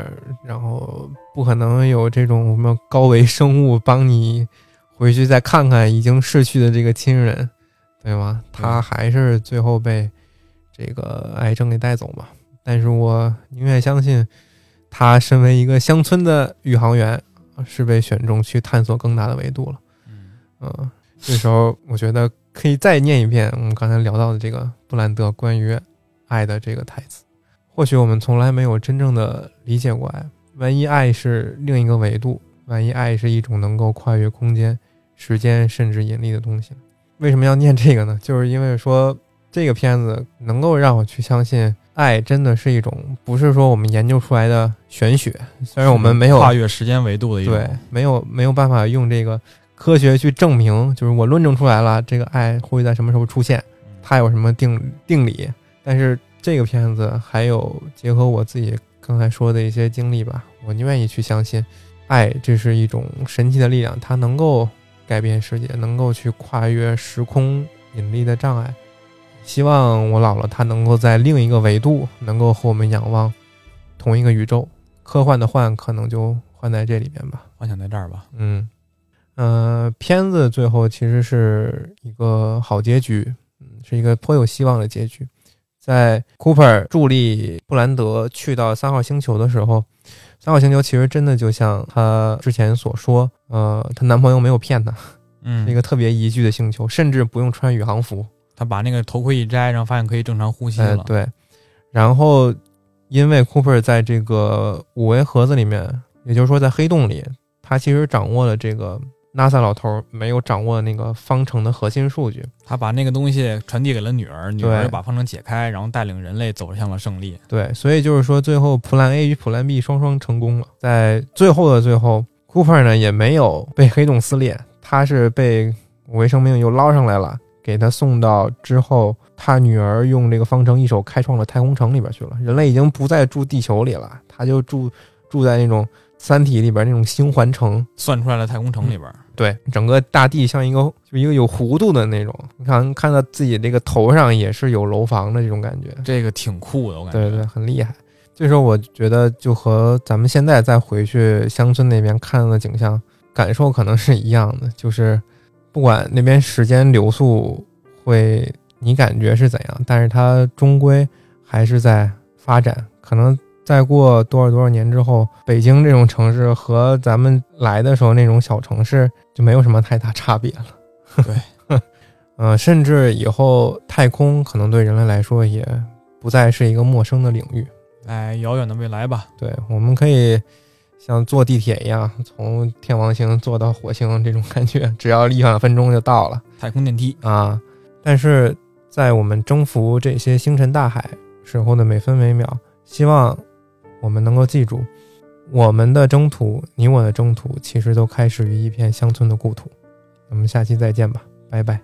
然后不可能有这种什么高维生物帮你回去再看看已经逝去的这个亲人，对吗？他还是最后被这个癌症给带走嘛。但是我宁愿相信，他身为一个乡村的宇航员，是被选中去探索更大的维度了。嗯，嗯，这时候我觉得可以再念一遍我们刚才聊到的这个布兰德关于爱的这个台词。或许我们从来没有真正的理解过爱，万一爱是另一个维度，万一爱是一种能够跨越空间、时间甚至引力的东西。为什么要念这个呢？就是因为说这个片子能够让我去相信，爱真的是一种不是说我们研究出来的玄学，虽然我们 没有跨越时间维度的一种，对，没有没有办法用这个科学去证明，就是我论证出来了，这个爱会在什么时候出现，嗯它有什么定定理。但是这个片子还有结合我自己刚才说的一些经历吧，我愿意去相信，爱这是一种神奇的力量，它能够改变世界，能够去跨越时空引力的障碍。希望我老了，他能够在另一个维度，能够和我们仰望同一个宇宙。科幻的幻可能就幻在这里边吧。幻想在这儿吧。嗯，呃，片子最后其实是一个好结局，嗯，是一个颇有希望的结局。在 Cooper 助力布兰德去到三号星球的时候，三号星球其实真的就像她之前所说，呃，她男朋友没有骗她，嗯，是一个特别宜居的星球，甚至不用穿宇航服。他把那个头盔一摘，然后发现可以正常呼吸呃了，，对。然后，因为 Cooper 在这个五维盒子里面，也就是说在黑洞里，他其实掌握了这个 NASA 老头儿没有掌握的那个方程的核心数据。他把那个东西传递给了女儿，女对儿又把方程解开，然后带领人类走向了胜利。对，所以就是说，最后 Plan A 与 Plan B 双双成功了。在最后的最后，Cooper 呢也没有被黑洞撕裂，他是被五维生命又捞上来了，给他送到之后，他女儿用这个方程一手开创了太空城里边去了。人类已经不再住地球里了，他就住住在那种《三体》里边那种星环城，算出来了太空城里边，对，整个大地像一个就一个有弧度的那种，你看看到自己这个头上也是有楼房的这种感觉，这个挺酷的，我感觉。对对，很厉害。这时候我觉得就和咱们现在再回去乡村那边看到的景象感受可能是一样的，就是不管那边时间流速会你感觉是怎样，但是它终归还是在发展，可能。再过多少多少年之后，北京这种城市和咱们来的时候那种小城市就没有什么太大差别了。 对，呃，甚至以后太空可能对人类来说也不再是一个陌生的领域。来哎遥远的未来吧，对，我们可以像坐地铁一样，从天王星坐到火星这种感觉，只要一两分钟就到了太空电梯。啊。但是在我们征服这些星辰大海时候的每分每秒，希望我们能够记住，我们的征途，你我的征途，其实都开始于一片乡村的故土。我们下期再见吧，拜拜。